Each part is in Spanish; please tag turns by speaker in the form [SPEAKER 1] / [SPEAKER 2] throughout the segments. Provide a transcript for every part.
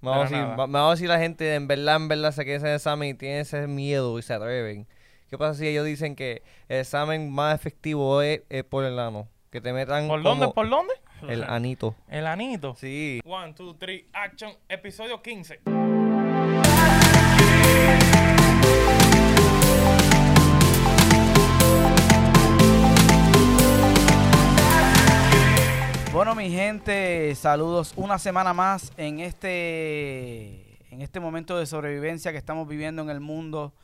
[SPEAKER 1] Vamos a,
[SPEAKER 2] Pero
[SPEAKER 1] decir,
[SPEAKER 2] nada.
[SPEAKER 1] va- vamos a decir la gente, en verdad, en verdad, se queda ese examen y tiene ese miedo y se atreven. ¿Qué pasa si ellos dicen que el examen más efectivo es, es por el ano? Que te metan
[SPEAKER 2] ¿Por dónde?
[SPEAKER 1] como
[SPEAKER 2] ¿Por dónde?
[SPEAKER 1] el anito.
[SPEAKER 2] El anito.
[SPEAKER 1] Sí.
[SPEAKER 2] One, two, three, action, episodio 15.
[SPEAKER 3] Bueno, mi gente, saludos una semana más en este, en este momento de sobrevivencia que estamos viviendo en el mundo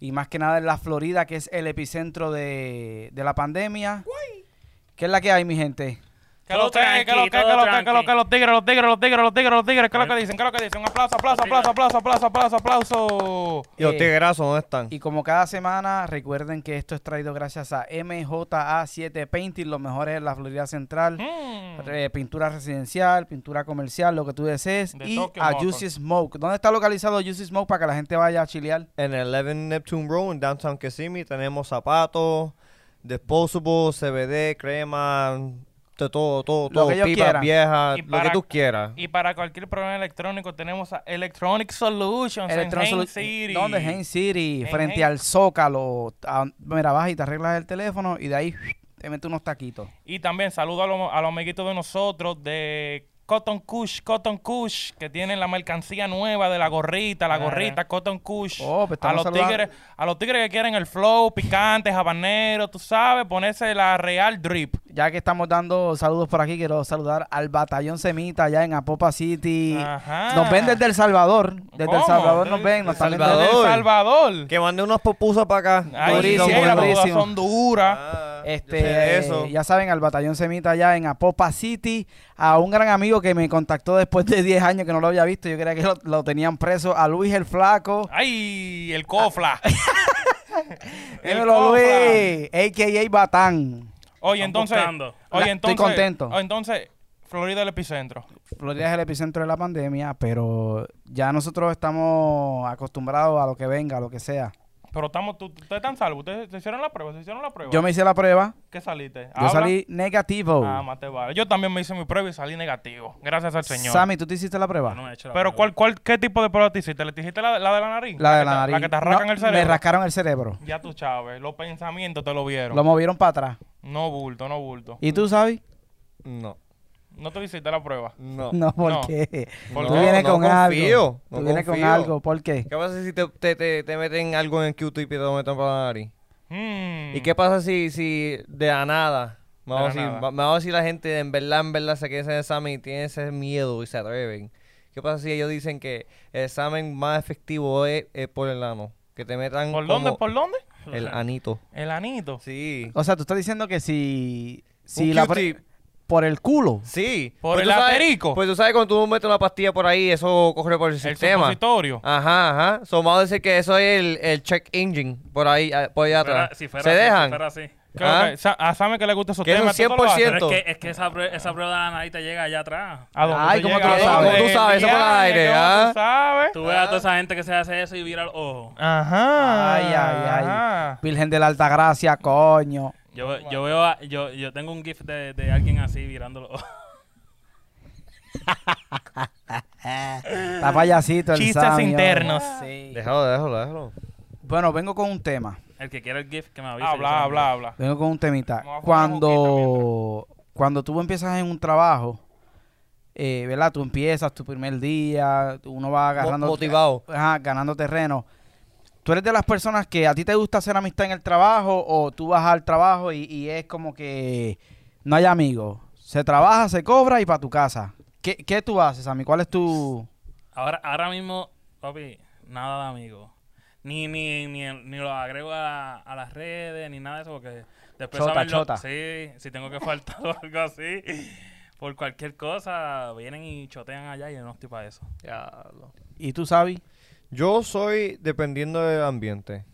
[SPEAKER 3] y más que nada en la Florida, que es el epicentro de, de la pandemia. ¿Qué es la que hay, mi gente?
[SPEAKER 2] Que lo que,
[SPEAKER 4] Todo
[SPEAKER 2] hay, que lo que,
[SPEAKER 4] tranqui,
[SPEAKER 2] que
[SPEAKER 4] todo
[SPEAKER 2] lo que, que lo que,
[SPEAKER 4] tranqui.
[SPEAKER 2] los tigres, los tigres, los tigres, los tigres, los tigres, que lo que dicen, que lo que dicen. Un aplauso, aplauso, aplauso, aplauso, aplauso, aplauso, aplauso.
[SPEAKER 1] ¿Y los
[SPEAKER 3] Eh,
[SPEAKER 1] tiguerazos dónde están?
[SPEAKER 3] Y como cada semana, recuerden que esto es traído gracias a MJA7 Painting, los mejores de la Florida Central.
[SPEAKER 2] Mm.
[SPEAKER 3] Re- pintura residencial, pintura comercial, lo que tú desees.
[SPEAKER 2] De
[SPEAKER 3] y
[SPEAKER 2] Tokyo
[SPEAKER 3] a
[SPEAKER 2] Motor.
[SPEAKER 3] Juicy Smoke. ¿Dónde está localizado Juicy Smoke para que la gente vaya a chilear?
[SPEAKER 1] En el 11 Neptune Road, en Downtown Kissimmee, tenemos zapatos, disposables, CBD, crema, de todo, todo,
[SPEAKER 3] Lo
[SPEAKER 1] todo.
[SPEAKER 3] que ellos
[SPEAKER 1] pipas
[SPEAKER 3] quieran.
[SPEAKER 1] viejas,
[SPEAKER 2] Y
[SPEAKER 1] lo que
[SPEAKER 2] para-
[SPEAKER 1] tú quieras.
[SPEAKER 2] Y para cualquier problema electrónico tenemos a Electronic Solutions
[SPEAKER 3] Electron
[SPEAKER 2] en
[SPEAKER 3] Solu-
[SPEAKER 2] Haines City.
[SPEAKER 3] ¿Dónde? Haines City,
[SPEAKER 2] En
[SPEAKER 3] frente
[SPEAKER 2] Haines.
[SPEAKER 3] al Zócalo. A- mira, vas y te arreglas el teléfono y de ahí te metes unos taquitos.
[SPEAKER 2] Y también saludo a los, a los amiguitos de nosotros de Cotton Kush, Cotton Kush, que tienen la mercancía nueva de la gorrita, la
[SPEAKER 4] Ajá.
[SPEAKER 2] gorrita, Cotton Kush.
[SPEAKER 3] Eh. Oh, pues
[SPEAKER 2] a
[SPEAKER 3] estamos
[SPEAKER 2] los
[SPEAKER 3] saludando.
[SPEAKER 2] tigres, a los tigres que quieren el flow, picante, habanero, tú sabes, ponerse la real drip.
[SPEAKER 3] Ya que estamos dando saludos por aquí, quiero saludar al batallón Semita allá en Apopa City.
[SPEAKER 2] Ajá.
[SPEAKER 3] Nos ven desde El Salvador. Desde El
[SPEAKER 2] ¿Cómo?
[SPEAKER 3] Salvador nos
[SPEAKER 2] Desde-
[SPEAKER 3] ven. Nos
[SPEAKER 1] desde
[SPEAKER 3] están viendo
[SPEAKER 1] Salvador.
[SPEAKER 2] Desde El Salvador.
[SPEAKER 1] Que mandé unas pupusas para acá.
[SPEAKER 2] Ay,
[SPEAKER 3] Durísimo,
[SPEAKER 2] sí, las
[SPEAKER 3] durísimo.
[SPEAKER 2] bodas son duras.
[SPEAKER 1] Ah, yo
[SPEAKER 3] Este,
[SPEAKER 1] sé de
[SPEAKER 3] eh,
[SPEAKER 1] eso.
[SPEAKER 3] ya saben, al batallón Semita allá en Apopa City, a un gran amigo que me contactó después de 10 años que no lo había visto, yo creía que lo, lo tenían preso, a Luis el Flaco.
[SPEAKER 2] Ay, el cofla. Ah, El
[SPEAKER 3] Dímelo,
[SPEAKER 2] cofla.
[SPEAKER 3] Luis, a.k.a. Batán.
[SPEAKER 2] Oye,
[SPEAKER 4] Están
[SPEAKER 2] entonces,
[SPEAKER 4] buscando.
[SPEAKER 2] oye,
[SPEAKER 3] Estoy
[SPEAKER 2] entonces,
[SPEAKER 3] contento.
[SPEAKER 2] oye, entonces, Florida el epicentro.
[SPEAKER 3] Florida es el epicentro de la pandemia, pero ya nosotros estamos acostumbrados a lo que venga, a lo que sea.
[SPEAKER 2] Pero estamos, tú- ustedes están salvos. Ustedes se hicieron la prueba, se hicieron la prueba.
[SPEAKER 3] Yo me hice la prueba,
[SPEAKER 2] ¿Qué saliste?
[SPEAKER 3] yo
[SPEAKER 2] ¿Habla?
[SPEAKER 3] salí oh. negativo.
[SPEAKER 2] Ah, más te vale. Yo también me hice mi prueba y salí negativo. Gracias al Señor.
[SPEAKER 3] Sammy, ¿tú te hiciste la prueba?
[SPEAKER 4] No he hecho la
[SPEAKER 2] Pero,
[SPEAKER 4] prueba.
[SPEAKER 2] ¿cuál, cuál, ¿qué tipo de prueba te hiciste? ¿Le te hiciste la, la de la nariz?
[SPEAKER 3] la de
[SPEAKER 2] que
[SPEAKER 3] la
[SPEAKER 2] te-
[SPEAKER 3] nariz.
[SPEAKER 2] La que te arrancan
[SPEAKER 3] No,
[SPEAKER 2] el cerebro.
[SPEAKER 3] Me rascaron el cerebro.
[SPEAKER 2] Ya tú sabes, los pensamientos te lo vieron.
[SPEAKER 3] Lo movieron para atrás.
[SPEAKER 2] No bulto, no bulto.
[SPEAKER 3] ¿Y tú, Sammy?
[SPEAKER 1] No,
[SPEAKER 2] No te hiciste la prueba.
[SPEAKER 1] no.
[SPEAKER 3] No, ¿por
[SPEAKER 2] No.
[SPEAKER 3] qué?
[SPEAKER 2] ¿Por
[SPEAKER 3] tú
[SPEAKER 2] qué?
[SPEAKER 3] vienes
[SPEAKER 1] No
[SPEAKER 3] con
[SPEAKER 1] confío,
[SPEAKER 3] algo.
[SPEAKER 1] no
[SPEAKER 3] tú vienes con
[SPEAKER 1] confío.
[SPEAKER 3] algo, ¿por qué?
[SPEAKER 1] ¿Qué pasa si te, te, te, te meten algo en el q y te lo meten para la nariz?
[SPEAKER 2] Mm.
[SPEAKER 1] ¿Y qué pasa si, si de la nada? Me
[SPEAKER 2] De
[SPEAKER 1] va, a
[SPEAKER 2] la
[SPEAKER 1] decir,
[SPEAKER 2] nada.
[SPEAKER 1] va- me va a decir la gente, en verdad, en verdad, se queda ese examen y tiene ese miedo y se atreven. ¿Qué pasa si ellos dicen que el examen más efectivo es, es por el ano? Que te metan
[SPEAKER 2] ¿Por
[SPEAKER 1] como
[SPEAKER 2] dónde? ¿Por dónde?
[SPEAKER 1] el anito.
[SPEAKER 2] El anito.
[SPEAKER 1] Sí.
[SPEAKER 3] O sea, tú estás diciendo que si, si
[SPEAKER 1] Un
[SPEAKER 3] la
[SPEAKER 1] Q-tip.
[SPEAKER 3] pre- por el culo.
[SPEAKER 1] Sí.
[SPEAKER 2] Por
[SPEAKER 1] Pues
[SPEAKER 2] el
[SPEAKER 1] tú sabes-
[SPEAKER 2] aperico.
[SPEAKER 1] Pues tú sabes, cuando tú metes una pastilla por ahí, eso corre por el,
[SPEAKER 2] El
[SPEAKER 1] sistema. Ah.
[SPEAKER 2] supositorio.
[SPEAKER 1] Ajá, ajá. So, vamos a decir que eso es el, el check engine por ahí, ah, por allá
[SPEAKER 4] Fuera-
[SPEAKER 1] atrás.
[SPEAKER 4] si fuera
[SPEAKER 1] ¿Se
[SPEAKER 4] así, si
[SPEAKER 1] dejan?
[SPEAKER 4] fuera así.
[SPEAKER 2] Creo
[SPEAKER 1] Ah.
[SPEAKER 2] que Sa- a Sammy que le gusta esos
[SPEAKER 1] Que es un
[SPEAKER 2] temas. ¿tú te lo haces?
[SPEAKER 1] 100%.
[SPEAKER 4] Pero es que, es que esa, prue- esa prueba de la nariz te llega allá atrás.
[SPEAKER 2] ¿A dónde
[SPEAKER 3] Ay,
[SPEAKER 2] te
[SPEAKER 3] ¿cómo
[SPEAKER 2] llega?
[SPEAKER 3] tú
[SPEAKER 2] ¿A
[SPEAKER 3] sabes?
[SPEAKER 2] dónde?
[SPEAKER 3] ¿Cómo
[SPEAKER 1] tú sabes? Eso
[SPEAKER 2] Ya,
[SPEAKER 1] fue al aire,
[SPEAKER 2] ¿cómo
[SPEAKER 1] ¿ah?
[SPEAKER 2] tú sabes?
[SPEAKER 4] Tú ves a toda esa gente que se hace eso y vira los ojos.
[SPEAKER 2] Ajá.
[SPEAKER 3] Ay, ay, ay.
[SPEAKER 2] Ajá.
[SPEAKER 3] Virgen de la Altagracia, coño.
[SPEAKER 4] Yo, yo veo, a- yo, yo tengo un gif de, de alguien así virando los ojos.
[SPEAKER 3] Está payasito el
[SPEAKER 2] Chistes
[SPEAKER 3] Sammy,
[SPEAKER 2] internos.
[SPEAKER 3] hombre. Sí.
[SPEAKER 1] Déjalo, déjalo, déjalo.
[SPEAKER 3] Bueno, vengo con un tema.
[SPEAKER 4] El que quiera el gif que me avise. yo se
[SPEAKER 2] Habla,
[SPEAKER 4] lo
[SPEAKER 2] habla,
[SPEAKER 4] envío.
[SPEAKER 2] habla.
[SPEAKER 3] Vengo con un temita.
[SPEAKER 2] Vamos a poner un
[SPEAKER 3] Cuando, cuando tú empiezas en un trabajo, eh, ¿verdad? Tú empiezas tu primer día, uno va agarrando...
[SPEAKER 1] motivado.
[SPEAKER 3] Ajá, ganando terreno. ¿Tú eres de las personas que a ti te gusta hacer amistad en el trabajo o tú vas al trabajo y, y es como que no hay amigos? Se trabaja, se cobra y para tu casa. ¿Qué, ¿Qué tú haces, Sammy? ¿Cuál es tu...?
[SPEAKER 4] Ahora, ahora mismo, papi, nada de amigo. Ni, ni, ni, ni lo agrego a, a las redes, ni nada de eso, porque después
[SPEAKER 3] Chota,
[SPEAKER 4] saben lo-
[SPEAKER 3] chota.
[SPEAKER 4] Sí, si tengo que faltar o algo así, por cualquier cosa, vienen y chotean allá y yo no estoy para eso.
[SPEAKER 3] ¿Y tú, Sammy?
[SPEAKER 1] Yo soy dependiendo del ambiente.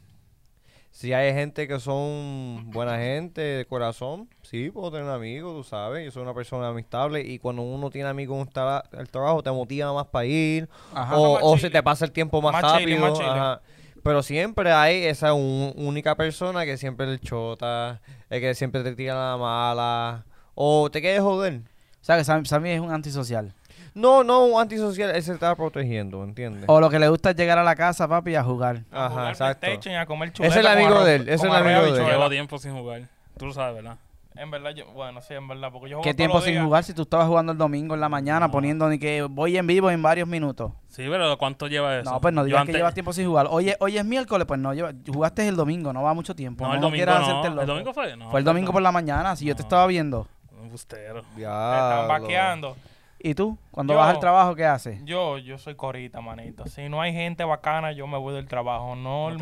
[SPEAKER 1] Si hay gente que son buena gente de corazón, sí, puedo tener amigos, tú sabes. Yo soy una persona amistable y cuando uno tiene amigos en un tra- el trabajo te motiva más para ir
[SPEAKER 3] Ajá.
[SPEAKER 1] o,
[SPEAKER 2] Más
[SPEAKER 1] o
[SPEAKER 2] chile.
[SPEAKER 1] se te pasa el tiempo más,
[SPEAKER 2] Más chile,
[SPEAKER 1] rápido.
[SPEAKER 2] más chile.
[SPEAKER 1] ajá. Pero siempre hay esa un- única persona que siempre le chota, el que siempre te tira la mala o te quiere joder.
[SPEAKER 3] O sea, que Sammy, Sammy es un antisocial.
[SPEAKER 1] No, no, un antisocial, él se está protegiendo, ¿entiendes?
[SPEAKER 3] O lo que le gusta es llegar a la casa, papi, a jugar.
[SPEAKER 2] A jugar
[SPEAKER 1] Ajá, exacto.
[SPEAKER 2] PlayStation y a comer
[SPEAKER 1] el
[SPEAKER 2] chuleta
[SPEAKER 1] amigo
[SPEAKER 2] con arroz-
[SPEAKER 1] de él, ese es
[SPEAKER 2] con
[SPEAKER 1] el
[SPEAKER 2] arroz y
[SPEAKER 1] amigo de él.
[SPEAKER 2] habichuela.
[SPEAKER 4] Llevo tiempo sin jugar. Tú lo sabes, ¿verdad?
[SPEAKER 2] En verdad, yo, bueno, sí, en verdad, porque yo juego
[SPEAKER 3] ¿Qué
[SPEAKER 2] todos
[SPEAKER 3] tiempo
[SPEAKER 2] los
[SPEAKER 3] sin
[SPEAKER 2] días.
[SPEAKER 3] jugar si tú estabas jugando el domingo en la mañana
[SPEAKER 4] No.
[SPEAKER 3] poniendo ni que voy en vivo en varios minutos?
[SPEAKER 4] Sí, pero ¿cuánto lleva eso?
[SPEAKER 3] No, pues no
[SPEAKER 4] Yo
[SPEAKER 3] digas
[SPEAKER 4] antes-
[SPEAKER 3] que llevas tiempo sin jugar. Hoy es, hoy es miércoles, pues no, lleva- jugaste el domingo, no va mucho tiempo.
[SPEAKER 4] No, el domingo
[SPEAKER 3] quieras
[SPEAKER 4] no.
[SPEAKER 3] hacerte
[SPEAKER 4] ¿El
[SPEAKER 3] loco.
[SPEAKER 4] domingo fue? No, pues,
[SPEAKER 3] Fue el domingo por la mañana, si yo te
[SPEAKER 4] No.
[SPEAKER 3] estaba viendo.
[SPEAKER 4] Un bustero.
[SPEAKER 2] Me están
[SPEAKER 1] Diablo.
[SPEAKER 2] vaqueando.
[SPEAKER 3] ¿Y tú? Cuando
[SPEAKER 2] Yo-
[SPEAKER 3] vas al trabajo, ¿qué haces?
[SPEAKER 2] Yo, yo soy corita, manito. Si no hay gente bacana, yo me voy del trabajo.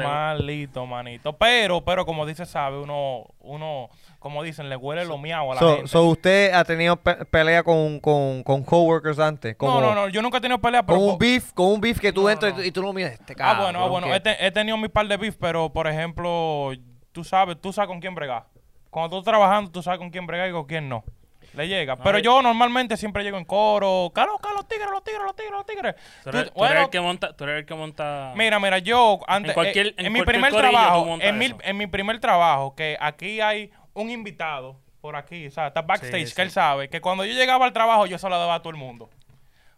[SPEAKER 2] Normalito, manito. Pero, pero como dice, sabe, uno, uno, como dicen, le huele lo miau a la
[SPEAKER 1] So,
[SPEAKER 2] gente.
[SPEAKER 1] so usted ha tenido pe- pelea con, con, con coworkers antes, como
[SPEAKER 2] no, no, no, yo nunca he tenido pelea, pero...
[SPEAKER 1] con un beef, con un beef que tú
[SPEAKER 2] No,
[SPEAKER 1] entras
[SPEAKER 2] no.
[SPEAKER 1] Y, tú, y tú lo miras este
[SPEAKER 2] ah,
[SPEAKER 1] cabrón.
[SPEAKER 2] bueno, ah, bueno.
[SPEAKER 1] que-
[SPEAKER 2] He, te- he tenido mi par de beef, pero, por ejemplo, tú sabes, tú sabes con quién bregar. Cuando tú estás trabajando, tú sabes con quién bregar y con quién no. Le llega. Pero
[SPEAKER 4] Ay.
[SPEAKER 2] yo normalmente siempre llego en coro. Caro, caro, los tigres, los tigres, los tigres, los tigres.
[SPEAKER 4] Tú
[SPEAKER 2] Tú-
[SPEAKER 4] eres, tú eres
[SPEAKER 2] bueno,
[SPEAKER 4] el que monta... Tú eres el que monta...
[SPEAKER 2] Mira, mira, yo antes
[SPEAKER 4] En cualquier-
[SPEAKER 2] eh, en,
[SPEAKER 4] en
[SPEAKER 2] mi
[SPEAKER 4] cualquier
[SPEAKER 2] primer
[SPEAKER 4] corillo tú
[SPEAKER 2] trabajo,
[SPEAKER 4] montas
[SPEAKER 2] en mi,
[SPEAKER 4] eso.
[SPEAKER 2] en mi primer trabajo, que aquí hay un invitado por aquí, o sea, está backstage,
[SPEAKER 4] Sí,
[SPEAKER 2] que
[SPEAKER 4] sí.
[SPEAKER 2] él sabe que cuando yo llegaba al trabajo yo se lo daba a todo el mundo.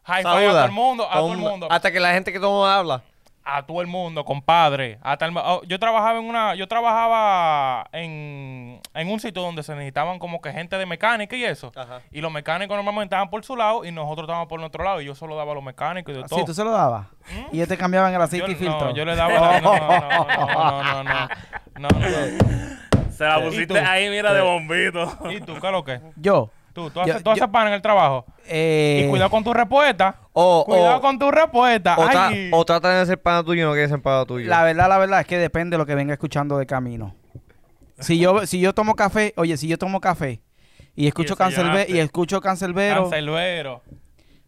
[SPEAKER 2] High five a
[SPEAKER 1] saluda
[SPEAKER 2] todo el mundo, a todo el
[SPEAKER 1] con-
[SPEAKER 2] mundo,
[SPEAKER 1] Hasta que la gente que todo habla.
[SPEAKER 2] a todo el mundo, compadre. Hasta el- oh, yo trabajaba en una, yo trabajaba en, en un sitio donde se necesitaban como que gente de mecánica y eso.
[SPEAKER 1] Ajá.
[SPEAKER 2] Y los mecánicos normalmente estaban por su lado y nosotros estábamos por nuestro lado y yo solo daba a los mecánicos y de todo.
[SPEAKER 3] Ah,
[SPEAKER 2] ¿Mm?
[SPEAKER 3] Sí, tú se lo dabas. Y ellos te cambiaban el aceite
[SPEAKER 2] Yo-
[SPEAKER 3] y filtro.
[SPEAKER 2] No, yo le daba. No, no, no, no, no, no, no, no.
[SPEAKER 4] Se la
[SPEAKER 2] ¿Y tú?
[SPEAKER 4] pusiste ahí, mira, de bombito.
[SPEAKER 2] ¿Y tú, qué es lo que?
[SPEAKER 3] Yo,
[SPEAKER 2] Tú, tú
[SPEAKER 3] Yo-
[SPEAKER 2] haces, tú haces
[SPEAKER 3] yo-
[SPEAKER 2] pana en el trabajo.
[SPEAKER 3] eh,
[SPEAKER 2] y cuidado con tu respuesta.
[SPEAKER 1] O,
[SPEAKER 2] Cuidado
[SPEAKER 1] o-
[SPEAKER 2] con tu respuesta.
[SPEAKER 1] o tra-
[SPEAKER 2] Ay.
[SPEAKER 1] o tratan de ser pana tuyo y no quieren ser pana tuyo.
[SPEAKER 3] la verdad, la verdad es que depende de lo que venga escuchando de camino. Si yo, si yo tomo café, oye, si yo tomo café y escucho cancelbe
[SPEAKER 4] desayunaste.
[SPEAKER 3] y escucho cancelbero,
[SPEAKER 2] Cancelero.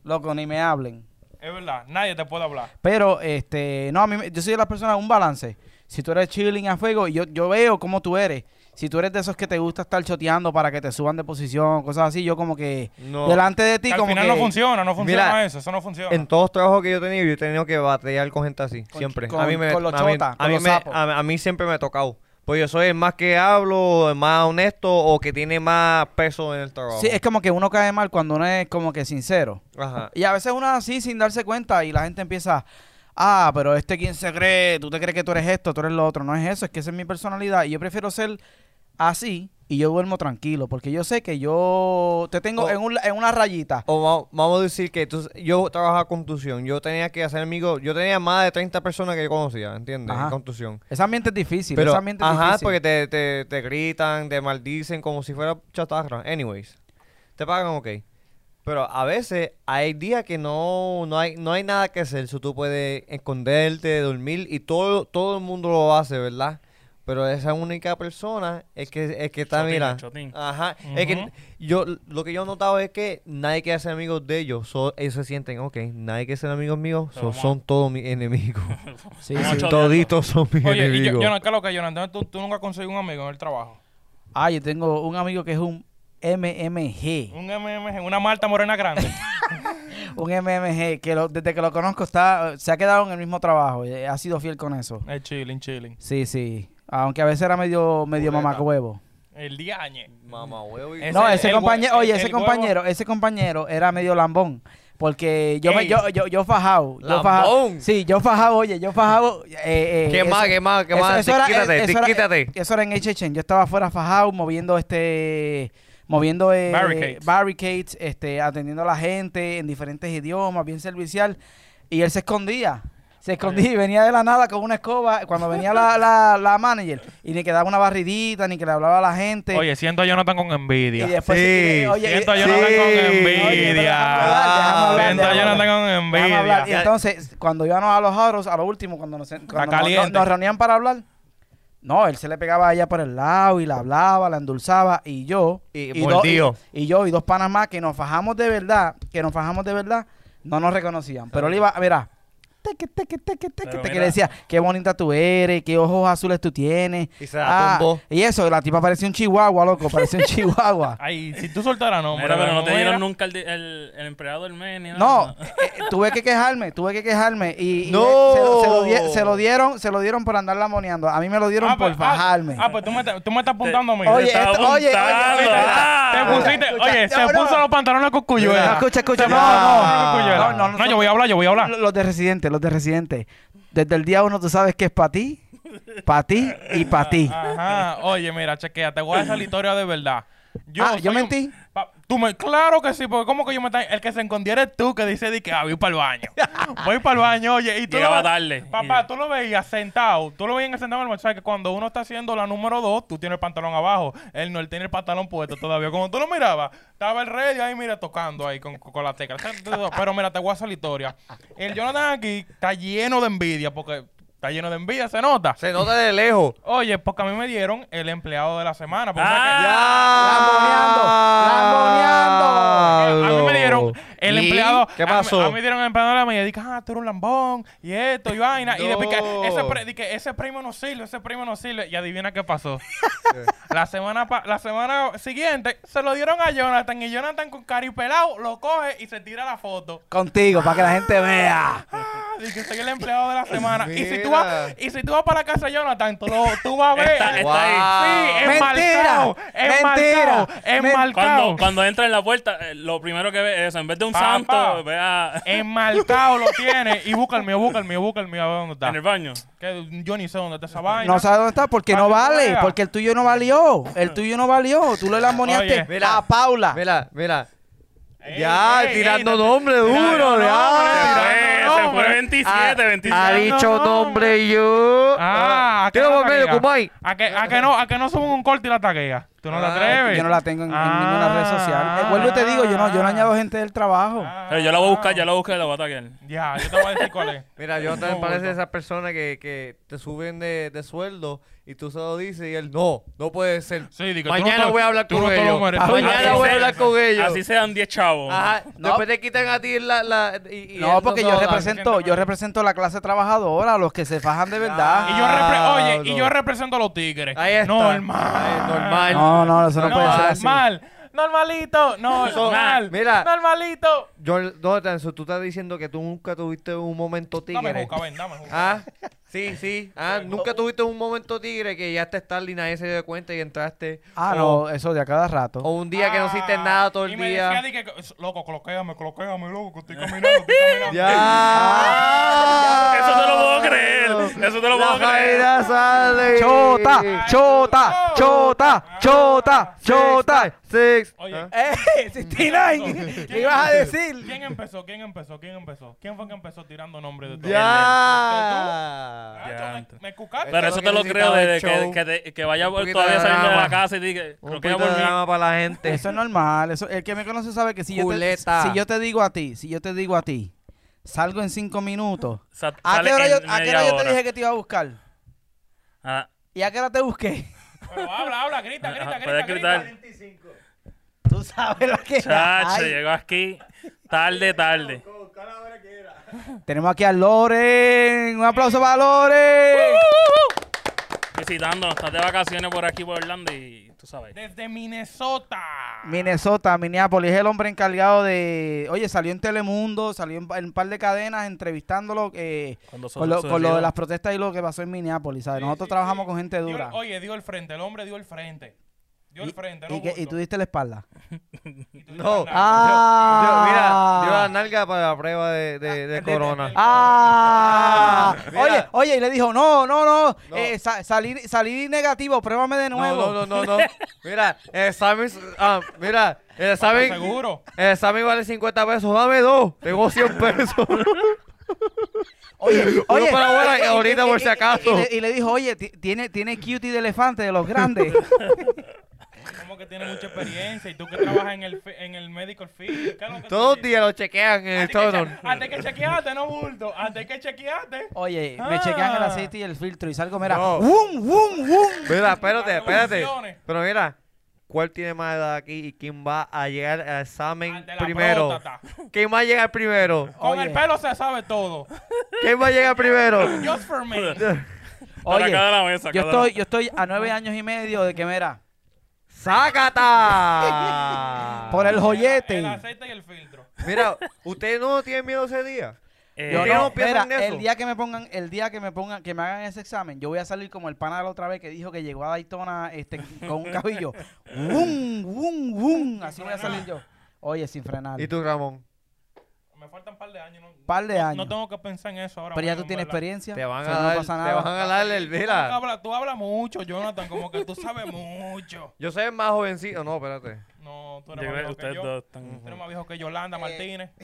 [SPEAKER 3] loco, ni me hablen.
[SPEAKER 2] Es verdad, nadie te puede hablar.
[SPEAKER 3] Pero, este, no, a mí, me- yo soy de las personas, un balance. Si tú eres chilling a fuego, yo, yo veo cómo tú eres. Si tú eres de esos que te gusta estar choteando para que te suban de posición, cosas así, yo como que
[SPEAKER 1] No.
[SPEAKER 3] delante de ti
[SPEAKER 2] Que al
[SPEAKER 3] como
[SPEAKER 2] final
[SPEAKER 3] que
[SPEAKER 2] no funciona, no funciona
[SPEAKER 1] Mira,
[SPEAKER 2] eso, eso no funciona.
[SPEAKER 1] En todos los trabajos que yo he tenido, yo he tenido que batallar con gente así,
[SPEAKER 3] Con-
[SPEAKER 1] siempre.
[SPEAKER 3] con-
[SPEAKER 1] a mí me,
[SPEAKER 3] con los
[SPEAKER 1] a mí-
[SPEAKER 3] chotas,
[SPEAKER 1] a
[SPEAKER 3] con
[SPEAKER 1] mí
[SPEAKER 3] los
[SPEAKER 1] me-
[SPEAKER 3] sapos.
[SPEAKER 1] a- a mí siempre me ha tocado. Pues yo soy el más que hablo, el más honesto o que tiene más peso en el trabajo.
[SPEAKER 3] Sí, es como que uno cae mal cuando uno es como que sincero.
[SPEAKER 1] Ajá.
[SPEAKER 3] Y a veces uno es así sin darse cuenta y la gente empieza, ah, pero este quién se cree, tú te crees que tú eres esto, tú eres lo otro. No es eso, es que esa es mi personalidad y yo prefiero ser así y yo duermo tranquilo porque yo sé que yo te tengo
[SPEAKER 1] O-
[SPEAKER 3] en, un- en una rayita.
[SPEAKER 1] O va- vamos a decir que tú- yo trabajaba contusión. Yo tenía que hacer amigos. Yo tenía más de 30 personas que yo conocía, ¿entiendes?
[SPEAKER 3] Ajá.
[SPEAKER 1] En contusión.
[SPEAKER 3] Ese ambiente es difícil,
[SPEAKER 1] Pero,
[SPEAKER 3] ese ambiente es
[SPEAKER 1] ajá,
[SPEAKER 3] difícil.
[SPEAKER 1] porque te, te, te gritan, te maldicen como si fuera chatarra. Anyways, te pagan ok. Pero a veces hay días que no, no, hay, no hay nada que hacer. So, tú puedes esconderte, dormir y todo, todo el mundo lo hace, ¿verdad? Pero esa única persona es que, es que está,
[SPEAKER 4] Chotín,
[SPEAKER 1] mira.
[SPEAKER 4] chotín.
[SPEAKER 1] Ajá. Es
[SPEAKER 2] Ujú.
[SPEAKER 1] que yo, lo que yo he notado es que nadie quiere ser amigos de ellos. So, ellos se sienten, ok, nadie quiere ser amigos míos. so,
[SPEAKER 4] vamos a-
[SPEAKER 1] son todos mis enemigos.
[SPEAKER 3] Sí,
[SPEAKER 4] Vamos a
[SPEAKER 3] sí.
[SPEAKER 4] chotear.
[SPEAKER 1] Toditos son mis
[SPEAKER 2] Oye, y yo,
[SPEAKER 1] enemigos.
[SPEAKER 2] yo no, ¿qué es lo que, Jonathan? ¿Tú, tú nunca has conseguido un amigo en el trabajo.
[SPEAKER 3] Ah, yo tengo un amigo que es un MMG.
[SPEAKER 2] Un MMG, una Marta Morena grande.
[SPEAKER 3] Un MMG que lo- desde que lo conozco está se ha quedado en el mismo trabajo. eh, Ha sido fiel con eso.
[SPEAKER 2] es Eh, chilling, chilling.
[SPEAKER 3] Sí, sí. Aunque a veces era medio, medio
[SPEAKER 1] Puleta.
[SPEAKER 3] mamacuevo.
[SPEAKER 2] El diañe.
[SPEAKER 1] Mamá huevo y
[SPEAKER 2] Ese-
[SPEAKER 3] No, ese
[SPEAKER 2] el hue-
[SPEAKER 3] compañero, oye,
[SPEAKER 2] el-
[SPEAKER 3] ese
[SPEAKER 2] el huevo-
[SPEAKER 3] compañero, ese compañero era medio lambón. Porque yo me,
[SPEAKER 2] Ey.
[SPEAKER 3] yo, yo, yo fajao, yo fajao.
[SPEAKER 1] Lambón.
[SPEAKER 3] Sí, yo fajao, oye, yo fajao. Eh, eh,
[SPEAKER 1] ¿Qué
[SPEAKER 3] eso-
[SPEAKER 1] más, qué más, qué más?
[SPEAKER 3] era-
[SPEAKER 1] Disquítate,
[SPEAKER 3] eso era-
[SPEAKER 1] disquítate.
[SPEAKER 3] Eso era en HHN. Yo estaba afuera fajado, moviendo este. Moviendo eh,
[SPEAKER 2] Barricades.
[SPEAKER 3] barricades, este, atendiendo a la gente en diferentes idiomas, bien servicial. Y él se escondía. Se escondía y venía de la nada con una escoba cuando venía la, la, la manager. Y ni que daba una barridita, ni que le hablaba a la gente.
[SPEAKER 2] Oye, siento a Jonathan con
[SPEAKER 3] y
[SPEAKER 2] envidia.
[SPEAKER 3] después.
[SPEAKER 1] Sí,
[SPEAKER 3] eh, oye,
[SPEAKER 2] Siento a
[SPEAKER 3] eh,
[SPEAKER 2] Jonathan
[SPEAKER 1] Sí.
[SPEAKER 2] con
[SPEAKER 3] Oye, pero déjame
[SPEAKER 2] envidia.
[SPEAKER 3] hablar, déjame hablar,
[SPEAKER 2] Siento a
[SPEAKER 3] déjame
[SPEAKER 2] Jonathan
[SPEAKER 3] hablar.
[SPEAKER 2] con
[SPEAKER 3] Déjame hablar. Y
[SPEAKER 2] envidia.
[SPEAKER 3] entonces, cuando íbamos a los aros, a lo último, cuando nos, cuando nos-
[SPEAKER 2] caliente.
[SPEAKER 3] nos reunían para hablar, no, él se le pegaba a ella por el lado y la hablaba, la endulzaba, y yo,
[SPEAKER 1] Y
[SPEAKER 3] dos, y,
[SPEAKER 1] mordido.
[SPEAKER 3] y yo y dos panas más que nos fajamos de verdad, que nos fajamos de verdad, no nos reconocían. Pero él iba, mira, te teque, teque, teque, teque,
[SPEAKER 4] Pero
[SPEAKER 3] teque.
[SPEAKER 4] mira.
[SPEAKER 3] Le decía, qué bonita tú eres, qué ojos azules tú tienes. Ah,
[SPEAKER 1] Y se la tumbó.
[SPEAKER 3] Y eso, la tipa parecía un chihuahua, loco, parecía un chihuahua.
[SPEAKER 2] Ay, si tú soltaras, no,
[SPEAKER 4] Mira,
[SPEAKER 2] hombre,
[SPEAKER 4] pero no
[SPEAKER 2] ¿cómo
[SPEAKER 4] te
[SPEAKER 2] era?
[SPEAKER 4] dieron nunca el, di- el, el empleado del mes ni nada.
[SPEAKER 3] No, eh, eh, tuve que quejarme, tuve que quejarme. Y, y
[SPEAKER 1] ¡No!
[SPEAKER 3] le- se, lo- se lo die- se lo dieron, se lo dieron por andarla moneando. A mí me lo dieron
[SPEAKER 2] Ah, pues,
[SPEAKER 3] por
[SPEAKER 2] ah,
[SPEAKER 3] fajarme.
[SPEAKER 2] Ah, pues tú me, estás- tú me estás apuntando a mí.
[SPEAKER 3] Oye,
[SPEAKER 4] Te está
[SPEAKER 3] esto- oye, oye,
[SPEAKER 4] apuntando.
[SPEAKER 3] oye,
[SPEAKER 4] Ah,
[SPEAKER 2] Te pusiste,
[SPEAKER 3] escucha,
[SPEAKER 2] oye,
[SPEAKER 3] escucha,
[SPEAKER 2] se
[SPEAKER 3] no,
[SPEAKER 2] puso
[SPEAKER 3] no.
[SPEAKER 2] los pantalones con cuyuela.
[SPEAKER 3] No, escucha, escucha,
[SPEAKER 2] No,
[SPEAKER 3] no,
[SPEAKER 2] no,
[SPEAKER 3] no.
[SPEAKER 2] no, cuyuela.
[SPEAKER 3] No, no, no,
[SPEAKER 2] No,
[SPEAKER 3] son-
[SPEAKER 2] yo voy a hablar, yo voy a hablar.
[SPEAKER 3] Lo- Los de residentes, los de residentes. Desde el día uno tú sabes que es para ti, para ti y para ti.
[SPEAKER 2] Ah, Ajá, oye, mira, chequea, te voy a hacer la historia de verdad.
[SPEAKER 3] Ah, ¿yo
[SPEAKER 2] soy un-
[SPEAKER 3] mentí?
[SPEAKER 2] pa- tú me, claro que sí, porque como que yo me está- el que se escondió eres tú que dice di que ah, voy para el baño. voy para el baño, oye, y tú lo
[SPEAKER 4] Llegaba
[SPEAKER 2] ve-
[SPEAKER 4] tarde.
[SPEAKER 2] Papá,
[SPEAKER 4] Y-
[SPEAKER 2] tú lo veías sentado, tú lo veías sentado en el mensaje que cuando uno está haciendo la número dos, tú tienes el pantalón abajo, él no él tiene el pantalón puesto todavía. Como tú lo mirabas, estaba el rey ahí mira tocando ahí con, con la tecla. Pero mira, te voy a hacer la historia. El Jonathan aquí está lleno de envidia porque está lleno de envidia, se nota.
[SPEAKER 1] Se nota de lejos.
[SPEAKER 2] Oye, porque a mí me dieron el empleado de la semana. porque
[SPEAKER 4] Ah,
[SPEAKER 2] ¿sabes qué? a mí me dieron el
[SPEAKER 1] ¿Y?
[SPEAKER 2] empleado.
[SPEAKER 1] ¿Qué
[SPEAKER 2] a mí-
[SPEAKER 1] pasó?
[SPEAKER 2] A mí me dieron el empleado de la mañana. Y dije, ah, tú eres un lambón. Y esto, y vaina. Y después
[SPEAKER 1] No.
[SPEAKER 2] que ese, pre- dije, ese primo no sirve, ese primo no sirve. Y adivina qué pasó. la, semana pa- la semana siguiente se lo dieron a Jonathan. Y Jonathan con caripelado lo coge y se tira la foto.
[SPEAKER 3] Contigo, para que la gente vea.
[SPEAKER 2] Ah, dije, soy el empleado de la semana. y, si tú
[SPEAKER 1] Mira.
[SPEAKER 2] vas, y si tú vas para la casa de Jonathan, tú, lo- tú vas a ver.
[SPEAKER 4] Está- está
[SPEAKER 2] Sí,
[SPEAKER 1] ahí.
[SPEAKER 2] enmarcado,
[SPEAKER 3] Mentira,
[SPEAKER 2] enmarcado,
[SPEAKER 3] mentira,
[SPEAKER 2] enmarcado,
[SPEAKER 4] Cuando, cuando entra en la puerta, eh, lo primero que ve es eso. En vez de un
[SPEAKER 2] Papá.
[SPEAKER 4] santo, ve a,
[SPEAKER 2] enmarcado lo tiene y busca el mío, busca el mío, busca el mío, a ver dónde
[SPEAKER 4] en el
[SPEAKER 2] está.
[SPEAKER 4] baño.
[SPEAKER 2] Que yo ni sé dónde está esa vaina.
[SPEAKER 3] No sabe dónde está porque no
[SPEAKER 2] Para que
[SPEAKER 3] vale,
[SPEAKER 2] vea. Ah.
[SPEAKER 3] porque el tuyo no valió, el tuyo no valió, tú le
[SPEAKER 2] Oye,
[SPEAKER 3] lamboneaste
[SPEAKER 1] mira,
[SPEAKER 3] a Paula.
[SPEAKER 1] Mira, mira.
[SPEAKER 2] Ey,
[SPEAKER 1] ya,
[SPEAKER 2] ey, ey,
[SPEAKER 1] tirando
[SPEAKER 2] no te-
[SPEAKER 1] nombre
[SPEAKER 2] tirando
[SPEAKER 1] duro,
[SPEAKER 2] nombre,
[SPEAKER 1] ya.
[SPEAKER 2] tirando
[SPEAKER 4] Eh,
[SPEAKER 2] nombre.
[SPEAKER 4] se
[SPEAKER 2] Ah,
[SPEAKER 4] fue
[SPEAKER 1] Ah,
[SPEAKER 4] 27, 27.
[SPEAKER 1] Ha dicho
[SPEAKER 2] no.
[SPEAKER 1] nombre yo.
[SPEAKER 2] Ah, ¿a qué
[SPEAKER 1] Tira
[SPEAKER 2] no
[SPEAKER 1] por medio,
[SPEAKER 2] taguea?
[SPEAKER 1] Kumai.
[SPEAKER 2] ¿A que, a que no, a que no subo un corte y la taguea. Tú no te
[SPEAKER 1] Ah,
[SPEAKER 2] atreves. Ah.
[SPEAKER 3] Yo no la tengo en, en ninguna red social. Eh, vuelvo y te digo, yo no, yo no añado gente del trabajo.
[SPEAKER 4] Pero yo la voy a buscar, yo la voy a buscar y la voy a atacar.
[SPEAKER 2] Ah. Ya, yo te voy a decir cuál es.
[SPEAKER 1] Mira, yo
[SPEAKER 2] No,
[SPEAKER 1] también parece
[SPEAKER 2] no.
[SPEAKER 1] esas personas que, que te suben de, de sueldo y tú se lo dices y él no, no puede ser.
[SPEAKER 2] Sí, digo, tú no
[SPEAKER 1] Mañana
[SPEAKER 2] te-
[SPEAKER 1] voy a hablar
[SPEAKER 2] tú no
[SPEAKER 1] con
[SPEAKER 2] te lo
[SPEAKER 1] ellos.
[SPEAKER 2] mereces.
[SPEAKER 3] Así
[SPEAKER 1] Mañana voy a hablar con ellos.
[SPEAKER 4] Así sean 10 chavos.
[SPEAKER 1] Ajá.
[SPEAKER 3] No.
[SPEAKER 1] Después te quitan a ti la. la y, y
[SPEAKER 3] No,
[SPEAKER 1] él
[SPEAKER 3] porque
[SPEAKER 1] se
[SPEAKER 3] yo
[SPEAKER 1] lo dan.
[SPEAKER 3] represento, yo represento la clase trabajadora, los que se fajan de verdad.
[SPEAKER 2] Y yo repre- oye, y
[SPEAKER 1] Diablo.
[SPEAKER 2] yo represento a los tigres.
[SPEAKER 1] Ahí está.
[SPEAKER 2] Normal.
[SPEAKER 1] Ahí, normal.
[SPEAKER 3] No, no, eso no,
[SPEAKER 1] No,
[SPEAKER 3] puede ser así.
[SPEAKER 2] normal. Normalito. No, normal.
[SPEAKER 1] mira.
[SPEAKER 2] Normalito.
[SPEAKER 1] John, Jonathan, so tú estás diciendo que tú nunca tuviste un momento tigre.
[SPEAKER 2] Dame juca, ven, dame juca.
[SPEAKER 1] Ah, sí, sí. Ah, nunca tuviste un momento tigre que ya te estás y nadie se dio cuenta y entraste.
[SPEAKER 3] Ah,
[SPEAKER 1] O-
[SPEAKER 3] no, eso de a cada rato.
[SPEAKER 1] O un día que no hiciste
[SPEAKER 2] Ah,
[SPEAKER 1] nada todo el
[SPEAKER 2] y me
[SPEAKER 1] día.
[SPEAKER 2] decía, di que, loco, coloquéame, coloquéame, loco, que estoy caminando, estoy caminando.
[SPEAKER 3] Ah.
[SPEAKER 1] Ya.
[SPEAKER 4] Eso te lo puedo creer. Eso te lo
[SPEAKER 1] La
[SPEAKER 4] puedo creer.
[SPEAKER 1] Jaira sale.
[SPEAKER 3] Chota, chota, chota, chota, chota.
[SPEAKER 1] Six.
[SPEAKER 2] Oye.
[SPEAKER 1] Ah.
[SPEAKER 3] ¡Eh! 69! ¿Qué ibas a decir?
[SPEAKER 2] ¿Quién empezó? ¿Quién empezó? ¿Quién empezó? ¿Quién fue que empezó tirando nombres de todo?
[SPEAKER 1] Ya.
[SPEAKER 2] Ah, yo
[SPEAKER 4] Ya.
[SPEAKER 2] me, me cucaste.
[SPEAKER 4] Pero
[SPEAKER 1] Esto
[SPEAKER 4] eso
[SPEAKER 1] es lo
[SPEAKER 4] te lo
[SPEAKER 1] que
[SPEAKER 4] creo
[SPEAKER 1] necesitaba el
[SPEAKER 4] desde que,
[SPEAKER 1] show.
[SPEAKER 4] que, te- que vaya
[SPEAKER 1] Un poquito
[SPEAKER 4] todavía
[SPEAKER 1] de
[SPEAKER 4] saliendo de la
[SPEAKER 1] drama.
[SPEAKER 4] casa y dije,
[SPEAKER 1] Un
[SPEAKER 4] creo que
[SPEAKER 1] poquito
[SPEAKER 4] ya
[SPEAKER 1] de
[SPEAKER 4] volví.
[SPEAKER 1] drama para la gente.
[SPEAKER 3] Eso es normal. Eso, el que me conoce sabe que si yo, te,
[SPEAKER 1] Culeta.
[SPEAKER 3] si yo te digo a ti, si yo te digo a ti, salgo en cinco minutos.
[SPEAKER 4] Sa-
[SPEAKER 3] ¿A
[SPEAKER 4] sale
[SPEAKER 3] qué hora, yo,
[SPEAKER 4] en
[SPEAKER 3] a qué
[SPEAKER 4] media
[SPEAKER 3] hora yo te
[SPEAKER 4] hora.
[SPEAKER 3] dije que te iba a buscar?
[SPEAKER 4] Ah,
[SPEAKER 3] ¿Y a qué hora te busqué?
[SPEAKER 2] Pero habla, habla, grita, grita,
[SPEAKER 4] Ajá,
[SPEAKER 2] grita,
[SPEAKER 4] puedes
[SPEAKER 2] grita.
[SPEAKER 4] gritar.
[SPEAKER 3] Tú sabes lo que
[SPEAKER 4] chacho,
[SPEAKER 3] hay.
[SPEAKER 4] llegó aquí tarde, tarde.
[SPEAKER 3] Tenemos aquí a Loren. Un aplauso para Loren.
[SPEAKER 4] Visitándonos, estás de vacaciones por aquí, por Orlando y tú sabes.
[SPEAKER 2] Desde Minnesota.
[SPEAKER 3] Minnesota, Minneapolis, es el hombre encargado de. Oye, salió en Telemundo, salió en, en un par de cadenas entrevistándolo eh,
[SPEAKER 4] Cuando
[SPEAKER 3] con, lo,
[SPEAKER 4] sucedió.
[SPEAKER 3] con lo de las protestas y lo que pasó en Minneapolis, ¿sabes? Nosotros trabajamos con gente
[SPEAKER 2] Dio-
[SPEAKER 3] dura.
[SPEAKER 2] oye, dio el frente, el hombre dio el frente. Dio el
[SPEAKER 3] Y-
[SPEAKER 2] frente,
[SPEAKER 3] y,
[SPEAKER 2] no
[SPEAKER 3] que- y
[SPEAKER 2] bulto.
[SPEAKER 3] tú diste la espalda.
[SPEAKER 2] Y tú
[SPEAKER 1] No.
[SPEAKER 2] dices, "Nah".
[SPEAKER 3] ¡Ah!
[SPEAKER 1] Yo- mira, dio la nalga para la prueba de, de, de corona.
[SPEAKER 3] ¡Ah!
[SPEAKER 1] Mira.
[SPEAKER 3] Oye, oye, y le dijo, no, no, no,
[SPEAKER 1] No.
[SPEAKER 3] eh, sa- salir, salir negativo, pruébame de
[SPEAKER 1] No,
[SPEAKER 3] nuevo.
[SPEAKER 1] no, no, no, no. Mira, el examen. ah, mira, el
[SPEAKER 2] Pero
[SPEAKER 1] examen.
[SPEAKER 2] Seguro.
[SPEAKER 1] El examen vale 50 pesos. Dame dos. Tengo 100 pesos.
[SPEAKER 3] Oye,
[SPEAKER 1] Uno
[SPEAKER 3] oye.
[SPEAKER 1] para ahora y ahorita por si
[SPEAKER 3] Y
[SPEAKER 1] acaso.
[SPEAKER 3] le, y le dijo, oye, ti- tiene, tiene cutie de elefante de los grandes.
[SPEAKER 2] Como que tiene mucha experiencia y tú que trabajas en el, fi- en el medical field. ¿qué es lo que tú
[SPEAKER 1] Todos los
[SPEAKER 2] tienes?
[SPEAKER 1] días lo chequean en el
[SPEAKER 2] Hasta que,
[SPEAKER 1] tono.
[SPEAKER 2] che- hasta que chequeaste, no bulto. Hasta que chequeaste.
[SPEAKER 3] Oye,
[SPEAKER 2] Ah.
[SPEAKER 3] me chequean el aceite y el filtro y salgo, mira,
[SPEAKER 1] No.
[SPEAKER 3] ¡wum, wum, wum!
[SPEAKER 1] Mira, espérate,
[SPEAKER 2] Las
[SPEAKER 1] espérate.
[SPEAKER 2] revoluciones.
[SPEAKER 1] Pero mira, cuál tiene más edad aquí y quién va a llegar al examen
[SPEAKER 2] Al Ah, de la
[SPEAKER 1] primero.
[SPEAKER 2] próstata.
[SPEAKER 1] ¿Quién va a llegar primero?
[SPEAKER 2] Con
[SPEAKER 3] Oye.
[SPEAKER 2] el pelo se sabe todo.
[SPEAKER 1] ¿Quién va a llegar primero?
[SPEAKER 2] Just for me.
[SPEAKER 4] Para
[SPEAKER 3] Oye,
[SPEAKER 4] acá de la mesa.
[SPEAKER 3] yo
[SPEAKER 4] acá de la-
[SPEAKER 3] estoy, yo estoy a nueve años y medio de que, mira,
[SPEAKER 1] ¡Sácata!
[SPEAKER 3] por el joyete.
[SPEAKER 2] El aceite y el filtro.
[SPEAKER 1] Mira, ¿usted no tiene miedo ese día?
[SPEAKER 4] Eh,
[SPEAKER 3] Yo
[SPEAKER 1] ¿Ustedes
[SPEAKER 3] no,
[SPEAKER 1] no piensan
[SPEAKER 3] mira,
[SPEAKER 1] en eso?
[SPEAKER 3] el día que me pongan, el día que me pongan, que me hagan ese examen, yo voy a salir como el pana de la otra vez que dijo que llegó a Daytona este, con un cabillo. ¡Wum, wum, wum! Así voy a salir yo. Oye, sin frenar.
[SPEAKER 1] ¿Y tú, Ramón?
[SPEAKER 2] Me faltan un par de años. No,
[SPEAKER 3] Par de
[SPEAKER 2] no-
[SPEAKER 3] años.
[SPEAKER 2] No tengo que pensar en eso ahora.
[SPEAKER 3] Pero ya
[SPEAKER 2] mismo,
[SPEAKER 3] tú tienes
[SPEAKER 2] en verdad.
[SPEAKER 3] experiencia.
[SPEAKER 1] Te van
[SPEAKER 3] eso
[SPEAKER 1] a
[SPEAKER 3] no
[SPEAKER 1] dar,
[SPEAKER 3] pasa
[SPEAKER 1] te
[SPEAKER 3] nada.
[SPEAKER 1] van a dar el,
[SPEAKER 2] Tú
[SPEAKER 1] mira.
[SPEAKER 2] hablas, tú hablas mucho, Jonathan, como que tú sabes mucho.
[SPEAKER 1] Yo soy el más jovencito. No, espérate.
[SPEAKER 2] No, tú
[SPEAKER 4] yo
[SPEAKER 2] eres más viejo que
[SPEAKER 4] creo que ustedes
[SPEAKER 2] yo.
[SPEAKER 4] dos
[SPEAKER 2] Tú
[SPEAKER 4] están.
[SPEAKER 2] eres más viejo que Yolanda Martínez.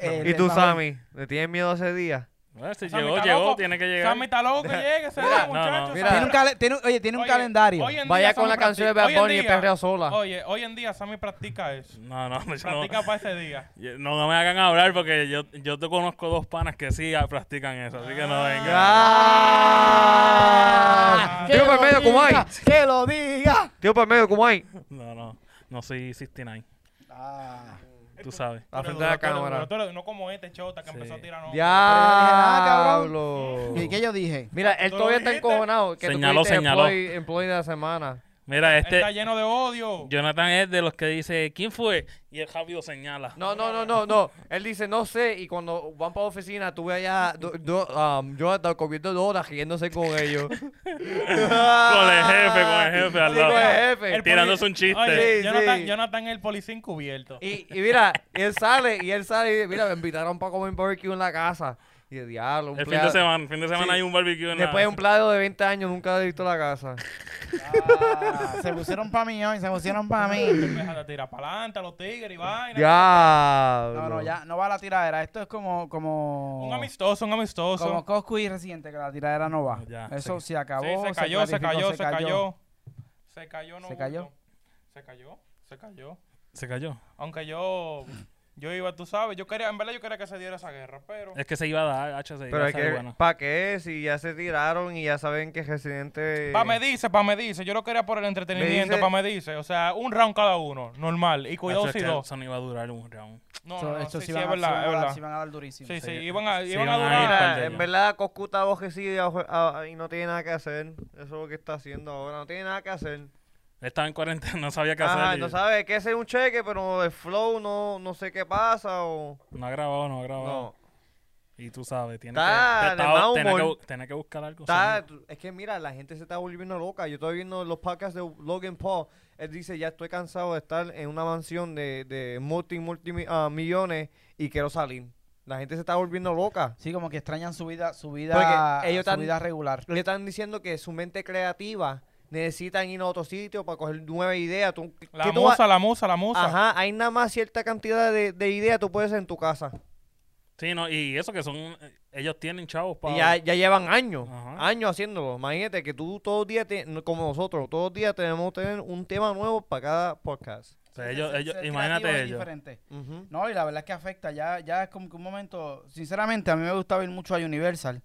[SPEAKER 3] Eh,
[SPEAKER 1] ¿Y tú,
[SPEAKER 3] Sammy?
[SPEAKER 1] Sammy? ¿Le tienes miedo ese día?
[SPEAKER 4] Bueno, si
[SPEAKER 2] Sammy
[SPEAKER 4] llegó,
[SPEAKER 2] está
[SPEAKER 4] llegó,
[SPEAKER 2] loco.
[SPEAKER 4] tiene que llegar.
[SPEAKER 2] Sammy está loco que llegue, se
[SPEAKER 4] Mira,
[SPEAKER 2] da,
[SPEAKER 4] no,
[SPEAKER 2] muchacho.
[SPEAKER 4] no.
[SPEAKER 2] Sammy-
[SPEAKER 1] Mira.
[SPEAKER 3] Tiene un cale- tiene un- oye, tiene un
[SPEAKER 2] Oye,
[SPEAKER 3] calendario.
[SPEAKER 2] hoy en
[SPEAKER 1] Vaya
[SPEAKER 2] día
[SPEAKER 1] con la
[SPEAKER 2] Sammy
[SPEAKER 1] canción de Bad
[SPEAKER 2] practica- hoy en
[SPEAKER 1] Bunny y
[SPEAKER 2] día-
[SPEAKER 1] perrea sola.
[SPEAKER 2] Oye, hoy en día Sammy practica eso.
[SPEAKER 4] No, no, yo no.
[SPEAKER 2] Practica para ese día.
[SPEAKER 4] yo- No me hagan hablar porque yo, yo te conozco dos panas que sí ah, practican eso, así que no venga.
[SPEAKER 1] ¡Ah! Tío para el medio, ¿cómo hay?
[SPEAKER 3] ¡Que lo diga!
[SPEAKER 1] Tío para el medio, ¿cómo hay?
[SPEAKER 4] No, no, no soy 69,
[SPEAKER 3] Ah.
[SPEAKER 4] tú sabes.
[SPEAKER 1] La
[SPEAKER 2] Tú eres
[SPEAKER 1] frente de la
[SPEAKER 2] duro, tú eres
[SPEAKER 1] cámara.
[SPEAKER 2] duro, tú eres- No como este chota que
[SPEAKER 4] Sí.
[SPEAKER 2] empezó a tirar. no.
[SPEAKER 3] nada,
[SPEAKER 1] Diablo.
[SPEAKER 3] ¿Y qué yo dije?
[SPEAKER 1] Mira, él
[SPEAKER 2] ¿Tú lo
[SPEAKER 1] todavía está
[SPEAKER 2] dijiste?
[SPEAKER 1] encojonado. Que tú
[SPEAKER 4] Señaló,
[SPEAKER 1] fuiste
[SPEAKER 4] señaló.
[SPEAKER 1] Employee, employee de la semana.
[SPEAKER 4] Mira,
[SPEAKER 2] Él Está
[SPEAKER 4] este
[SPEAKER 2] lleno de odio.
[SPEAKER 4] Jonathan es de los que dice, ¿quién fue? Y el rápido señala.
[SPEAKER 1] No, no, no, no, no. Él dice, no sé. Y cuando van para la oficina, tú ves allá do- do- um, Jonathan comiendo donas, riéndose con ellos. con
[SPEAKER 4] Con
[SPEAKER 1] el
[SPEAKER 4] el jefe, con el jefe al
[SPEAKER 1] Sí, con el
[SPEAKER 4] lado.
[SPEAKER 1] jefe.
[SPEAKER 2] El
[SPEAKER 4] Tirándose
[SPEAKER 2] poli-
[SPEAKER 4] un chiste.
[SPEAKER 2] Oye,
[SPEAKER 1] Sí,
[SPEAKER 2] Jonathan,
[SPEAKER 1] sí.
[SPEAKER 2] Jonathan el policía encubierto.
[SPEAKER 1] Y, y mira, y él sale, y él sale, y dice, mira, me invitaron para comer barbecue en la casa. Y de diablo, un
[SPEAKER 4] El fin
[SPEAKER 1] plato-
[SPEAKER 4] de semana, el fin de semana
[SPEAKER 1] Sí.
[SPEAKER 4] hay un barbecue en la-
[SPEAKER 1] Después de un plato de 20 años, nunca he visto la casa.
[SPEAKER 3] Ah, se pusieron para mí hoy, se pusieron para mí.
[SPEAKER 2] Deja de tirar para adelante a los tigres y vaina.
[SPEAKER 1] Diablo.
[SPEAKER 3] No, no, ya no va la tiradera. Esto es como. como...
[SPEAKER 2] Un amistoso, un amistoso.
[SPEAKER 3] Como Coscu y Residente, que la tiradera no va.
[SPEAKER 4] Ah, Ya,
[SPEAKER 3] Eso
[SPEAKER 4] sí.
[SPEAKER 3] se acabó.
[SPEAKER 2] Sí, se cayó, se
[SPEAKER 3] clasificó,
[SPEAKER 2] cayó, se cayó. Se cayó, no.
[SPEAKER 3] ¿Se cayó?
[SPEAKER 2] gustó. Se cayó, se cayó.
[SPEAKER 4] Se cayó.
[SPEAKER 2] Aunque yo. Yo iba, tú sabes, yo quería, en verdad yo quería que se diera esa guerra, pero.
[SPEAKER 4] Es que se iba a dar, hacha, se iba
[SPEAKER 1] Pero
[SPEAKER 4] a
[SPEAKER 1] es
[SPEAKER 4] hacer
[SPEAKER 1] que,
[SPEAKER 4] buena.
[SPEAKER 1] ¿para qué? Si ya se tiraron y ya saben que Residente...
[SPEAKER 2] Pa' me dice, pa' me dice. Yo lo quería por el entretenimiento,
[SPEAKER 1] este, dice-
[SPEAKER 2] pa' me dice. O sea, un round cada uno, normal. Y cuidado
[SPEAKER 4] Hacho,
[SPEAKER 2] si
[SPEAKER 4] es que
[SPEAKER 2] dos.
[SPEAKER 4] Eso no iba a durar un round.
[SPEAKER 2] No,
[SPEAKER 3] Eso-
[SPEAKER 2] no, no,
[SPEAKER 3] esto
[SPEAKER 2] sí,
[SPEAKER 3] sí
[SPEAKER 2] sí,
[SPEAKER 3] van
[SPEAKER 2] es
[SPEAKER 3] a- sí van
[SPEAKER 2] verdad,
[SPEAKER 3] a
[SPEAKER 2] es
[SPEAKER 3] dar-
[SPEAKER 2] verdad.
[SPEAKER 3] sí van a dar durísimo.
[SPEAKER 2] Sí, sí,
[SPEAKER 4] Sí,
[SPEAKER 2] iban a,
[SPEAKER 4] sí,
[SPEAKER 2] iban a
[SPEAKER 4] iban a ir
[SPEAKER 2] durar.
[SPEAKER 1] Mira,
[SPEAKER 4] tarde
[SPEAKER 1] en
[SPEAKER 4] ya.
[SPEAKER 1] verdad, Coscuta bojecilla y no tiene nada que hacer. Eso es lo que está haciendo ahora. No tiene nada que hacer.
[SPEAKER 4] Él estaba en cuarentena, no sabía qué
[SPEAKER 1] Ajá,
[SPEAKER 4] hacer. y-
[SPEAKER 1] no sabe qué hacer un cheque, pero el flow no, no sé qué pasa o...
[SPEAKER 4] No ha grabado, no ha grabado.
[SPEAKER 1] No.
[SPEAKER 4] Y tú sabes, tiene
[SPEAKER 1] Está
[SPEAKER 4] que,
[SPEAKER 1] de
[SPEAKER 4] está-
[SPEAKER 1] mal
[SPEAKER 4] tiene que,
[SPEAKER 1] humor.
[SPEAKER 4] bu- tiene que buscar algo.
[SPEAKER 1] Está-
[SPEAKER 4] sano.
[SPEAKER 1] es que mira, la gente se está volviendo loca. Yo estoy viendo los podcasts de Logan Paul. Él dice, ya estoy cansado de estar en una mansión de, de multi, multi mi- ah, millones y quiero salir. La gente se está volviendo loca.
[SPEAKER 3] Sí, como que extrañan su vida, su vida,
[SPEAKER 1] Porque ellos
[SPEAKER 3] su
[SPEAKER 1] tan-
[SPEAKER 3] vida regular.
[SPEAKER 1] Le están diciendo que su mente creativa necesitan ir a otro sitio para coger nueva idea. Tú,
[SPEAKER 2] La
[SPEAKER 1] ¿qué tú vas-
[SPEAKER 2] musa, la musa, la musa.
[SPEAKER 1] Ajá, hay nada más cierta cantidad de, de ideas tú puedes hacer en tu casa.
[SPEAKER 4] Sí, no, y eso que son. eh, Ellos tienen chavos para.
[SPEAKER 1] Y ya, ya llevan años,
[SPEAKER 4] Ajá.
[SPEAKER 1] años haciéndolo. Imagínate que tú todos los días, te- no, como nosotros, todos los días tenemos que tener un tema nuevo para cada podcast.
[SPEAKER 4] o sea, ellos,
[SPEAKER 3] Ser-
[SPEAKER 4] ellos,
[SPEAKER 3] ser creativo
[SPEAKER 4] imagínate
[SPEAKER 3] es
[SPEAKER 4] ellos.
[SPEAKER 3] diferente.
[SPEAKER 1] Ujú.
[SPEAKER 3] No, y la verdad es que afecta. Ya, ya es como que un momento. Sinceramente, a mí me gusta ir mucho a Universal.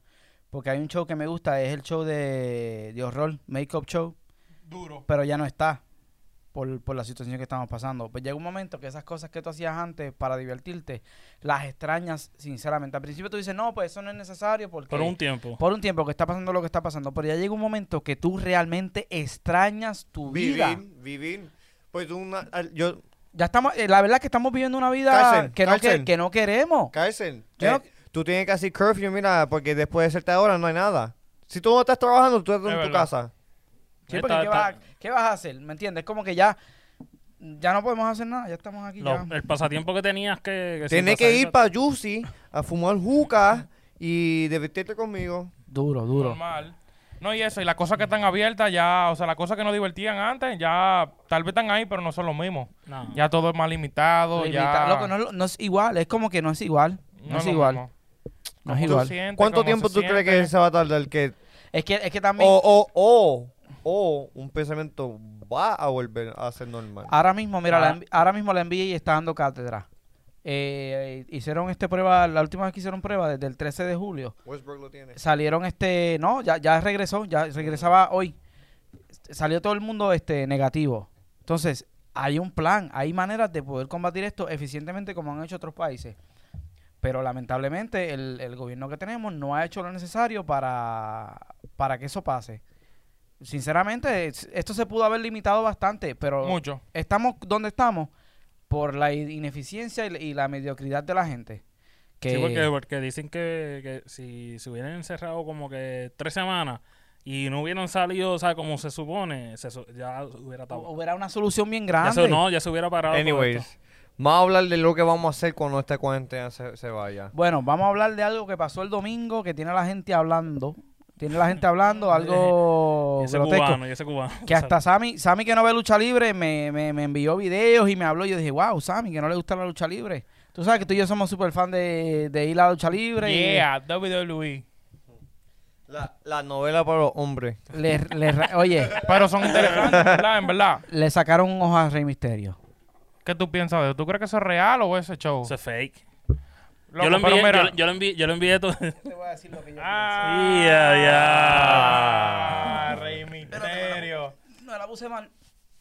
[SPEAKER 3] Porque hay un show que me gusta, es el show de, de horror, Make Up Show.
[SPEAKER 2] Duro.
[SPEAKER 3] pero ya no está por, por la situación que estamos pasando. Pues llega un momento que esas cosas que tú hacías antes para divertirte, las extrañas sinceramente. Al principio tú dices, no, pues eso no es necesario porque...
[SPEAKER 4] Por un tiempo.
[SPEAKER 3] por un tiempo que está pasando lo que está pasando, pero ya llega un momento que tú realmente extrañas tu vida.
[SPEAKER 1] Vivir, vivir. Pues una, al- yo,
[SPEAKER 3] Ya estamos, eh, la verdad es que estamos viviendo una vida
[SPEAKER 1] Cárcel,
[SPEAKER 3] que, no, que,
[SPEAKER 1] cárcel.
[SPEAKER 3] que no queremos.
[SPEAKER 1] Carson,
[SPEAKER 3] Yo no-
[SPEAKER 1] eh, tú tienes que hacer curfew, mira, porque después de cierta hora no hay nada. Si tú no estás trabajando, tú estás
[SPEAKER 2] Es
[SPEAKER 1] en tu
[SPEAKER 2] verdad.
[SPEAKER 1] casa.
[SPEAKER 3] Sí,
[SPEAKER 4] Está-
[SPEAKER 3] porque ¿qué,
[SPEAKER 4] está-
[SPEAKER 3] vas, a- qué vas a hacer? ¿Me entiendes? Como que ya, ya no podemos hacer nada, ya estamos aquí.
[SPEAKER 4] lo-
[SPEAKER 3] ya.
[SPEAKER 4] el pasatiempo que tenías que. que
[SPEAKER 1] Tienes
[SPEAKER 4] siempre
[SPEAKER 1] que ir
[SPEAKER 4] hacer-
[SPEAKER 1] para Juicy a fumar juca y divertirte conmigo.
[SPEAKER 3] Duro, duro.
[SPEAKER 2] Normal. No, y eso, y las cosas que están abiertas ya, o sea, las cosas que nos divertían antes, ya tal vez están ahí, pero no son lo mismo.
[SPEAKER 4] No.
[SPEAKER 2] Ya todo es más limitado,
[SPEAKER 3] Limita-
[SPEAKER 2] ya...
[SPEAKER 3] loco, no, es lo- no es igual, es como que no es igual. No, es
[SPEAKER 2] lo
[SPEAKER 3] igual.
[SPEAKER 2] mismo.
[SPEAKER 3] No
[SPEAKER 2] Cómo
[SPEAKER 3] es
[SPEAKER 2] tú
[SPEAKER 3] igual.
[SPEAKER 2] sientes,
[SPEAKER 1] ¿Cuánto
[SPEAKER 2] cómo
[SPEAKER 1] tiempo
[SPEAKER 2] se
[SPEAKER 1] tú crees que
[SPEAKER 2] siente.
[SPEAKER 1] se va a tardar que
[SPEAKER 3] Es que, es que también
[SPEAKER 1] o, o, o, o un pensamiento va a volver a ser normal?
[SPEAKER 3] ahora mismo, mira, la
[SPEAKER 4] Ah.
[SPEAKER 3] N- ahora mismo la NBA está dando cátedra. Eh, eh, hicieron este prueba, la última vez que hicieron prueba, desde el 13 de julio.
[SPEAKER 1] Westbrook lo tiene.
[SPEAKER 3] Salieron
[SPEAKER 4] Mm.
[SPEAKER 3] este, no, ya, ya regresó, ya regresaba hoy. Salió todo el mundo este negativo. Entonces, hay un plan, hay maneras de poder combatir esto eficientemente como han hecho otros países. Pero lamentablemente el, el gobierno que tenemos no ha hecho lo necesario para, para que eso pase. Sinceramente, es- esto se pudo haber limitado bastante, pero
[SPEAKER 2] Mucho.
[SPEAKER 3] estamos donde estamos por la i- ineficiencia y, la- y la mediocridad de la gente. Que,
[SPEAKER 4] Sí, porque, porque dicen que, que si se hubieran encerrado como que tres semanas y no hubieran salido, o sea, como se supone, se su- ya
[SPEAKER 3] hu-
[SPEAKER 4] hubiera estado.
[SPEAKER 3] hubiera una solución bien
[SPEAKER 4] Ya
[SPEAKER 3] grande.
[SPEAKER 4] se, no, ya se hubiera parado. todo esto.
[SPEAKER 1] Anyways, vamos a hablar de lo que vamos a hacer cuando esta cuarentena se, se vaya.
[SPEAKER 3] Bueno, vamos a hablar de algo que pasó el domingo que tiene a la gente hablando. Tiene a la gente hablando, algo
[SPEAKER 4] Y ese
[SPEAKER 3] grotesco.
[SPEAKER 4] cubano, y ese cubano.
[SPEAKER 3] Que hasta Sammy, Sammy que no ve lucha libre, me, me, me envió videos y me habló. Y yo dije, wow, Sammy, que no le gusta la lucha libre. Tú sabes que tú y yo somos súper fan de, de ir a la lucha libre. y-
[SPEAKER 2] Yeah, E. WWE.
[SPEAKER 1] La, la novela para los hombres.
[SPEAKER 3] le- le ra- oye,
[SPEAKER 2] Pero son interesantes, ¿verdad? En verdad.
[SPEAKER 3] le sacaron un ojo a Rey Misterio.
[SPEAKER 2] ¿Qué tú piensas de eso? ¿Tú crees que eso es real o ese show?
[SPEAKER 4] Eso es fake.
[SPEAKER 2] Loco,
[SPEAKER 4] yo, lo
[SPEAKER 2] pero
[SPEAKER 4] envié,
[SPEAKER 2] mira-
[SPEAKER 4] yo, yo lo envié, yo lo envié todo.
[SPEAKER 3] Te voy a decir lo que yo
[SPEAKER 2] Ah,
[SPEAKER 4] Ya,
[SPEAKER 2] ya.
[SPEAKER 4] ya.
[SPEAKER 2] Ah, Rey Misterio.
[SPEAKER 3] No, la puse mal.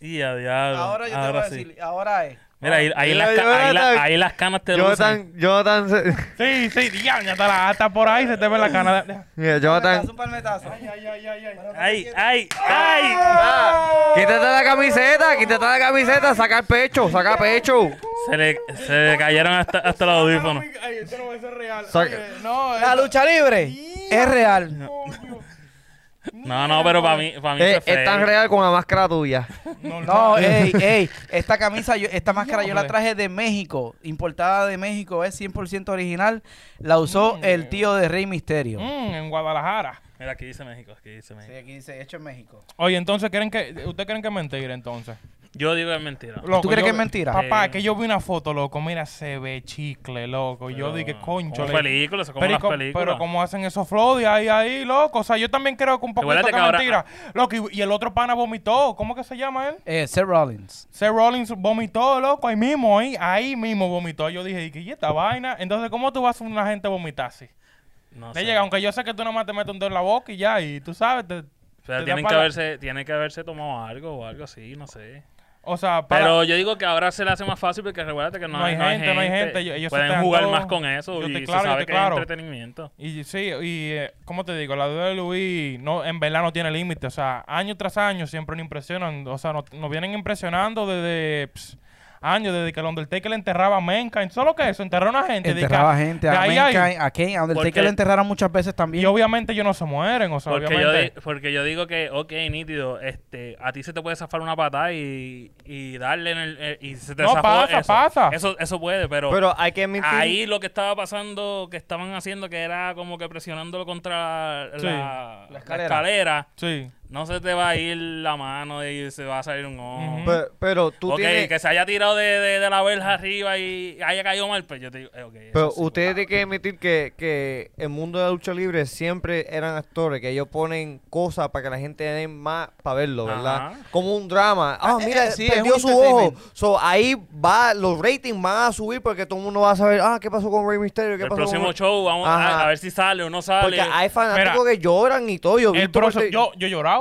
[SPEAKER 4] y a diablo.
[SPEAKER 3] Ahora yo te voy a
[SPEAKER 4] sí.
[SPEAKER 3] decir, ahora es.
[SPEAKER 4] Mira, ahí, ahí
[SPEAKER 1] Yo-
[SPEAKER 4] las, ca-
[SPEAKER 1] yo-
[SPEAKER 4] ahí la-
[SPEAKER 1] yo-
[SPEAKER 4] ahí las canas te lucen.
[SPEAKER 1] Jonathan, Jonathan, se-
[SPEAKER 2] Sí, sí, ya, ya está la hasta por ahí, se te ve la cara. de-
[SPEAKER 1] mira, Jonathan,
[SPEAKER 3] Palmetazo, un palmetazo.
[SPEAKER 2] Ay, ay, ay, ay.
[SPEAKER 4] ¡Ay, ay,
[SPEAKER 1] Ah.
[SPEAKER 4] ay!
[SPEAKER 1] quítate la camiseta, quítate la camiseta, saca el pecho, saca pecho.
[SPEAKER 4] Se le, se le cayeron hasta, hasta los audífonos.
[SPEAKER 2] Ay, esto no va a ser real.
[SPEAKER 1] Saca-
[SPEAKER 2] Oye, no,
[SPEAKER 3] La
[SPEAKER 2] esto-
[SPEAKER 3] lucha libre es real.
[SPEAKER 2] Coño.
[SPEAKER 4] No, no, pero para mí, para mí
[SPEAKER 1] Eh,
[SPEAKER 4] eso es
[SPEAKER 1] es tan
[SPEAKER 4] fake.
[SPEAKER 1] real con la máscara tuya.
[SPEAKER 3] No, ey, ey, esta camisa, yo- esta máscara yo la
[SPEAKER 2] Diablo.
[SPEAKER 3] traje de México, importada de México, es 100% original, la usó el tío de Rey Misterio.
[SPEAKER 2] Mm, en Guadalajara.
[SPEAKER 4] Mira, aquí dice México, aquí dice México.
[SPEAKER 3] aquí dice, hecho en México.
[SPEAKER 2] Oye, entonces, ¿creen que, ¿ustedes creen que es mentira entonces?
[SPEAKER 4] Yo digo que es mentira.
[SPEAKER 2] Loco,
[SPEAKER 3] ¿Tú crees
[SPEAKER 2] yo-
[SPEAKER 3] que es mentira?
[SPEAKER 2] Papá,
[SPEAKER 4] Sí.
[SPEAKER 2] es que yo vi una foto, loco. Mira, se ve chicle, loco. yo dije, concho.
[SPEAKER 4] Como películas, como
[SPEAKER 2] Pero,
[SPEAKER 4] las
[SPEAKER 2] y co-
[SPEAKER 4] películas.
[SPEAKER 2] pero como hacen esos flow de ahí, ahí, loco. O sea, yo también creo que un poco
[SPEAKER 4] Acuérdate
[SPEAKER 2] eso que es
[SPEAKER 4] que ahora-
[SPEAKER 2] mentira. Loco, y, y el otro pana vomitó. ¿Cómo que se llama él?
[SPEAKER 3] Eh, Seth Rollins.
[SPEAKER 2] Seth Rollins vomitó, loco, ahí mismo, ahí, ahí mismo vomitó. Yo dije, ¿y qué y esta vaina? Entonces, ¿cómo tú vas a una gente vomitar así?
[SPEAKER 4] No
[SPEAKER 2] Le
[SPEAKER 4] sé.
[SPEAKER 2] llega, aunque yo sé que tú nomás te metes un dedo en la boca y ya, y tú sabes, te-
[SPEAKER 4] Pero
[SPEAKER 2] te
[SPEAKER 4] tienen
[SPEAKER 2] da
[SPEAKER 4] que,
[SPEAKER 2] pala-
[SPEAKER 4] haberse, tienen que haberse tomado algo o algo así, no sé.
[SPEAKER 2] o sea, para-
[SPEAKER 4] Pero yo digo que ahora se le hace más fácil porque recuérdate que no,
[SPEAKER 2] No hay gente, no hay gente, ellos- ellos
[SPEAKER 4] Pueden
[SPEAKER 2] setean
[SPEAKER 4] jugar
[SPEAKER 2] todo.
[SPEAKER 4] más con eso
[SPEAKER 2] Yo
[SPEAKER 4] y
[SPEAKER 2] estoy
[SPEAKER 4] se
[SPEAKER 2] claro, yo
[SPEAKER 4] sabe
[SPEAKER 2] estoy
[SPEAKER 4] que
[SPEAKER 2] claro.
[SPEAKER 4] es entretenimiento.
[SPEAKER 2] Y sí, y eh, ¿cómo te digo? La duda de Luis no, en verdad no tiene límite. O sea, año tras año siempre nos impresionan. O sea, nos, nos vienen impresionando desde pss, años, desde que el Undertaker le enterraba a Mankind. Solo que eso, enterró a una gente. de
[SPEAKER 3] Enterraba
[SPEAKER 2] que-
[SPEAKER 3] gente,
[SPEAKER 2] de
[SPEAKER 3] a
[SPEAKER 2] ahí, ahí.
[SPEAKER 3] Mankind, a Kane, a Undertaker
[SPEAKER 4] Porque-
[SPEAKER 3] lo enterraron muchas veces también.
[SPEAKER 2] Y obviamente ellos no se mueren, o sea,
[SPEAKER 4] Porque yo,
[SPEAKER 2] obviamente.
[SPEAKER 4] di- porque yo digo que, ok, nítido, este, a ti se te puede zafar una patada y, y darle en el... eh, y se te
[SPEAKER 2] No,
[SPEAKER 4] zafó
[SPEAKER 2] pasa,
[SPEAKER 4] eso.
[SPEAKER 2] pasa.
[SPEAKER 4] Eso, eso puede,
[SPEAKER 1] Pero hay que admitir.
[SPEAKER 4] Ahí lo que estaba pasando, que estaban haciendo, que era como que presionándolo contra la,
[SPEAKER 2] Sí.
[SPEAKER 4] la
[SPEAKER 3] La
[SPEAKER 4] escalera.
[SPEAKER 3] escalera.
[SPEAKER 2] Sí.
[SPEAKER 4] no se te va a ir la mano y se va a salir un ojo.
[SPEAKER 2] Ujú.
[SPEAKER 1] Pero, pero tú
[SPEAKER 4] ok,
[SPEAKER 1] tienes.
[SPEAKER 4] que se haya tirado de, de- de la verja arriba y haya caído mal, pues yo te digo, eh, ok. eso
[SPEAKER 1] Pero
[SPEAKER 4] sí,
[SPEAKER 1] ustedes
[SPEAKER 4] pues,
[SPEAKER 1] tienen que admitir que, que el mundo de la lucha libre siempre eran actores, que ellos ponen cosas para que la gente den más para verlo, ¿verdad?
[SPEAKER 4] Ajá.
[SPEAKER 1] Como un drama. Ah,
[SPEAKER 3] Eh, eh,
[SPEAKER 1] mira,
[SPEAKER 3] sí, es
[SPEAKER 1] perdió
[SPEAKER 3] un
[SPEAKER 1] su ojo.
[SPEAKER 3] entertainment.
[SPEAKER 1] So, ahí va, los ratings van a subir porque todo el mundo va a saber, ah, ¿qué pasó con Rey Mysterio? ¿Qué
[SPEAKER 4] El
[SPEAKER 1] pasó
[SPEAKER 4] próximo
[SPEAKER 1] con...
[SPEAKER 4] show, vamos a,
[SPEAKER 1] Ajá.
[SPEAKER 4] a ver si sale o no sale.
[SPEAKER 1] Porque hay fanáticos que lloran y todo. Yo, he
[SPEAKER 2] El
[SPEAKER 1] visto
[SPEAKER 2] próximo-
[SPEAKER 1] parte-
[SPEAKER 2] Eh, yo, yo he llorado.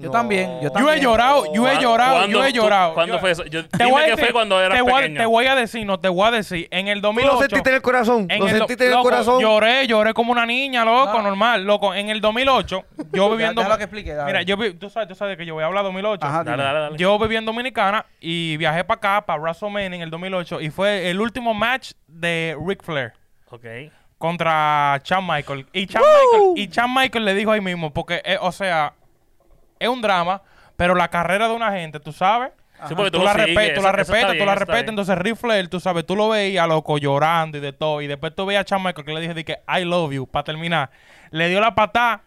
[SPEAKER 3] Yo también, yo
[SPEAKER 2] Yo he
[SPEAKER 3] También.
[SPEAKER 2] llorado, yo he
[SPEAKER 4] ¿Cuá-
[SPEAKER 2] llorado,
[SPEAKER 4] cuándo
[SPEAKER 2] yo he
[SPEAKER 4] tú-
[SPEAKER 2] llorado.
[SPEAKER 4] ¿Cuándo
[SPEAKER 2] Yo-
[SPEAKER 4] fue eso? Yo,
[SPEAKER 2] Te
[SPEAKER 4] dime
[SPEAKER 2] voy a
[SPEAKER 4] que
[SPEAKER 2] decir-
[SPEAKER 4] fue cuando eras
[SPEAKER 2] te voy a-
[SPEAKER 4] pequeño.
[SPEAKER 2] te voy a decir, no, te voy a decir. En el
[SPEAKER 1] Tú lo
[SPEAKER 2] 2008...
[SPEAKER 1] sentiste en el corazón.
[SPEAKER 2] En
[SPEAKER 1] lo
[SPEAKER 2] el do-
[SPEAKER 1] sentiste en el
[SPEAKER 2] loco,
[SPEAKER 1] corazón.
[SPEAKER 2] Lloré, lloré como una niña, loco,
[SPEAKER 3] No.
[SPEAKER 2] normal. Loco, en el 2008, yo viviendo.
[SPEAKER 3] déjalo que explique, dale.
[SPEAKER 2] Mira, yo vi- tú sabes, tú sabes que yo voy a hablar 2008.
[SPEAKER 3] Ajá,
[SPEAKER 4] Dale, dale, dale.
[SPEAKER 2] Yo viví en Dominicana y viajé para acá, para WrestleMania en el 2008 y fue el último match de Ric Flair
[SPEAKER 4] ok.
[SPEAKER 2] contra Shawn Michael. Y Shawn Michael, y Shawn Michael le dijo ahí mismo, porque, eh, o sea, es un drama, pero la carrera de una gente, tú sabes.
[SPEAKER 4] Sí, porque
[SPEAKER 2] Tú
[SPEAKER 4] lo
[SPEAKER 2] la
[SPEAKER 4] sigues,
[SPEAKER 2] respetas, tú
[SPEAKER 4] eso-
[SPEAKER 2] la
[SPEAKER 4] eso está
[SPEAKER 2] respetas, tú
[SPEAKER 4] bien,
[SPEAKER 2] la
[SPEAKER 4] eso está
[SPEAKER 2] respetas.
[SPEAKER 4] bien.
[SPEAKER 2] Entonces, Rifle, tú sabes, tú lo veías loco llorando y de todo. Y después tú veías a Shawn Michael que le dije, de que I love you, para terminar. Le dio la patada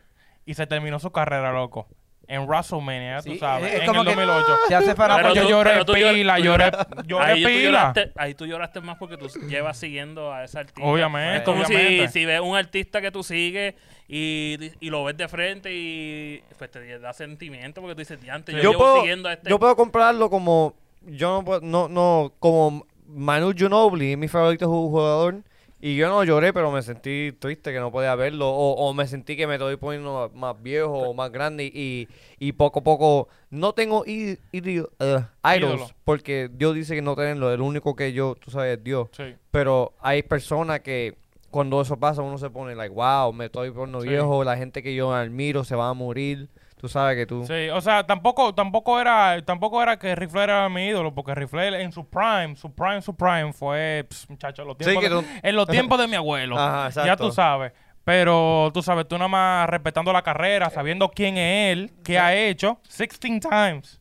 [SPEAKER 2] y se terminó su carrera, loco. En WrestleMania, ya tú
[SPEAKER 3] Sí,
[SPEAKER 2] sabes,
[SPEAKER 3] es
[SPEAKER 2] en
[SPEAKER 3] como
[SPEAKER 2] el
[SPEAKER 3] que-
[SPEAKER 2] 2008.
[SPEAKER 3] Te hace para-
[SPEAKER 2] Loco,
[SPEAKER 4] ¡Ah! Pero
[SPEAKER 2] pues yo
[SPEAKER 4] tú-
[SPEAKER 2] lloré
[SPEAKER 4] pero tú llor-
[SPEAKER 2] pila,
[SPEAKER 4] tú
[SPEAKER 2] lloré,
[SPEAKER 4] lloras-
[SPEAKER 2] lloré
[SPEAKER 4] ahí tú
[SPEAKER 2] pila.
[SPEAKER 4] lloraste- ahí tú lloraste más porque tú llevas siguiendo a ese artista.
[SPEAKER 2] Obviamente,
[SPEAKER 4] Es como si,
[SPEAKER 2] obviamente.
[SPEAKER 4] si ves un artista que tú sigues y, y lo ves de frente y pues te da sentimiento porque tú dices, antes yo,
[SPEAKER 1] yo,
[SPEAKER 4] llevo
[SPEAKER 1] puedo,
[SPEAKER 4] siguiendo a este.
[SPEAKER 1] yo puedo comprarlo como yo no puedo- no no como Manu Ginobili es mi favorito ju- jugador Y yo no lloré, pero me sentí triste que no podía verlo. O, o me sentí que me estoy poniendo más viejo o más grande. Y, y poco a poco. No tengo i- idi- eh, idols.
[SPEAKER 2] Ídolo.
[SPEAKER 1] Porque Dios dice que no tenerlo. El único que yo, tú sabes, es Dios.
[SPEAKER 2] Sí.
[SPEAKER 1] Pero hay personas que cuando eso pasa uno se pone like, wow, me estoy poniendo
[SPEAKER 2] Sí.
[SPEAKER 1] viejo, la gente que yo admiro se va a morir. Tú sabes que tú...
[SPEAKER 2] Sí, o sea, tampoco, tampoco era, tampoco era que Rifle era mi ídolo, porque Rifle en su prime, su prime, su prime fue, pss, muchacho, en los
[SPEAKER 1] Sí,
[SPEAKER 2] tiempos,
[SPEAKER 1] que
[SPEAKER 2] de,
[SPEAKER 1] no-
[SPEAKER 2] en los tiempos de mi abuelo.
[SPEAKER 1] Ajá,
[SPEAKER 2] ya
[SPEAKER 1] exacto.
[SPEAKER 2] tú sabes. Pero tú sabes, tú nada más respetando la carrera,
[SPEAKER 1] Eh.
[SPEAKER 2] sabiendo quién es él, qué ha hecho, 16 times.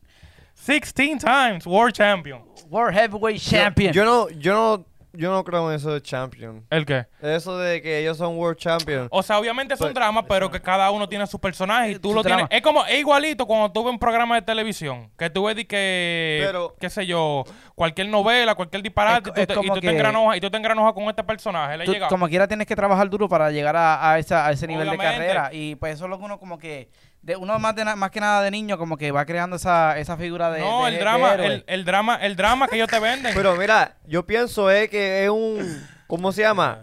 [SPEAKER 2] 16 times World Champion.
[SPEAKER 1] Oh.
[SPEAKER 3] World Heavyweight
[SPEAKER 1] Yo-
[SPEAKER 3] Champion.
[SPEAKER 1] Yo, no, yo no, yo no creo en eso de champion.
[SPEAKER 2] ¿El qué?
[SPEAKER 1] Eso de que ellos son world champion.
[SPEAKER 2] O sea, obviamente
[SPEAKER 3] Pues,
[SPEAKER 2] son dramas, pero que cada uno tiene su personaje y tú
[SPEAKER 3] Su
[SPEAKER 2] lo
[SPEAKER 3] drama.
[SPEAKER 2] tienes. Es como, es igualito cuando tuve un programa de televisión. Que tuve de que,
[SPEAKER 1] Pero-
[SPEAKER 2] qué sé yo, cualquier novela, cualquier disparate,
[SPEAKER 3] Es co-
[SPEAKER 2] y
[SPEAKER 3] es
[SPEAKER 2] tú te- y
[SPEAKER 3] como
[SPEAKER 2] tú te
[SPEAKER 3] que-
[SPEAKER 2] engranojas, y tú te engranojas con este personaje. Le
[SPEAKER 3] Tú,
[SPEAKER 2] llega.
[SPEAKER 3] como quiera tienes que trabajar duro para llegar a, a esa- a ese nivel de
[SPEAKER 2] Obviamente.
[SPEAKER 3] carrera. Y pues eso es lo que uno como que... De, uno más, de na- más que nada de niño como que va creando esa, esa figura de
[SPEAKER 2] no,
[SPEAKER 3] de-
[SPEAKER 2] el
[SPEAKER 3] de
[SPEAKER 2] drama,
[SPEAKER 3] héroe.
[SPEAKER 2] el, el drama, el drama que ellos te venden.
[SPEAKER 1] Pero mira, yo pienso es que es un... ¿Cómo se llama?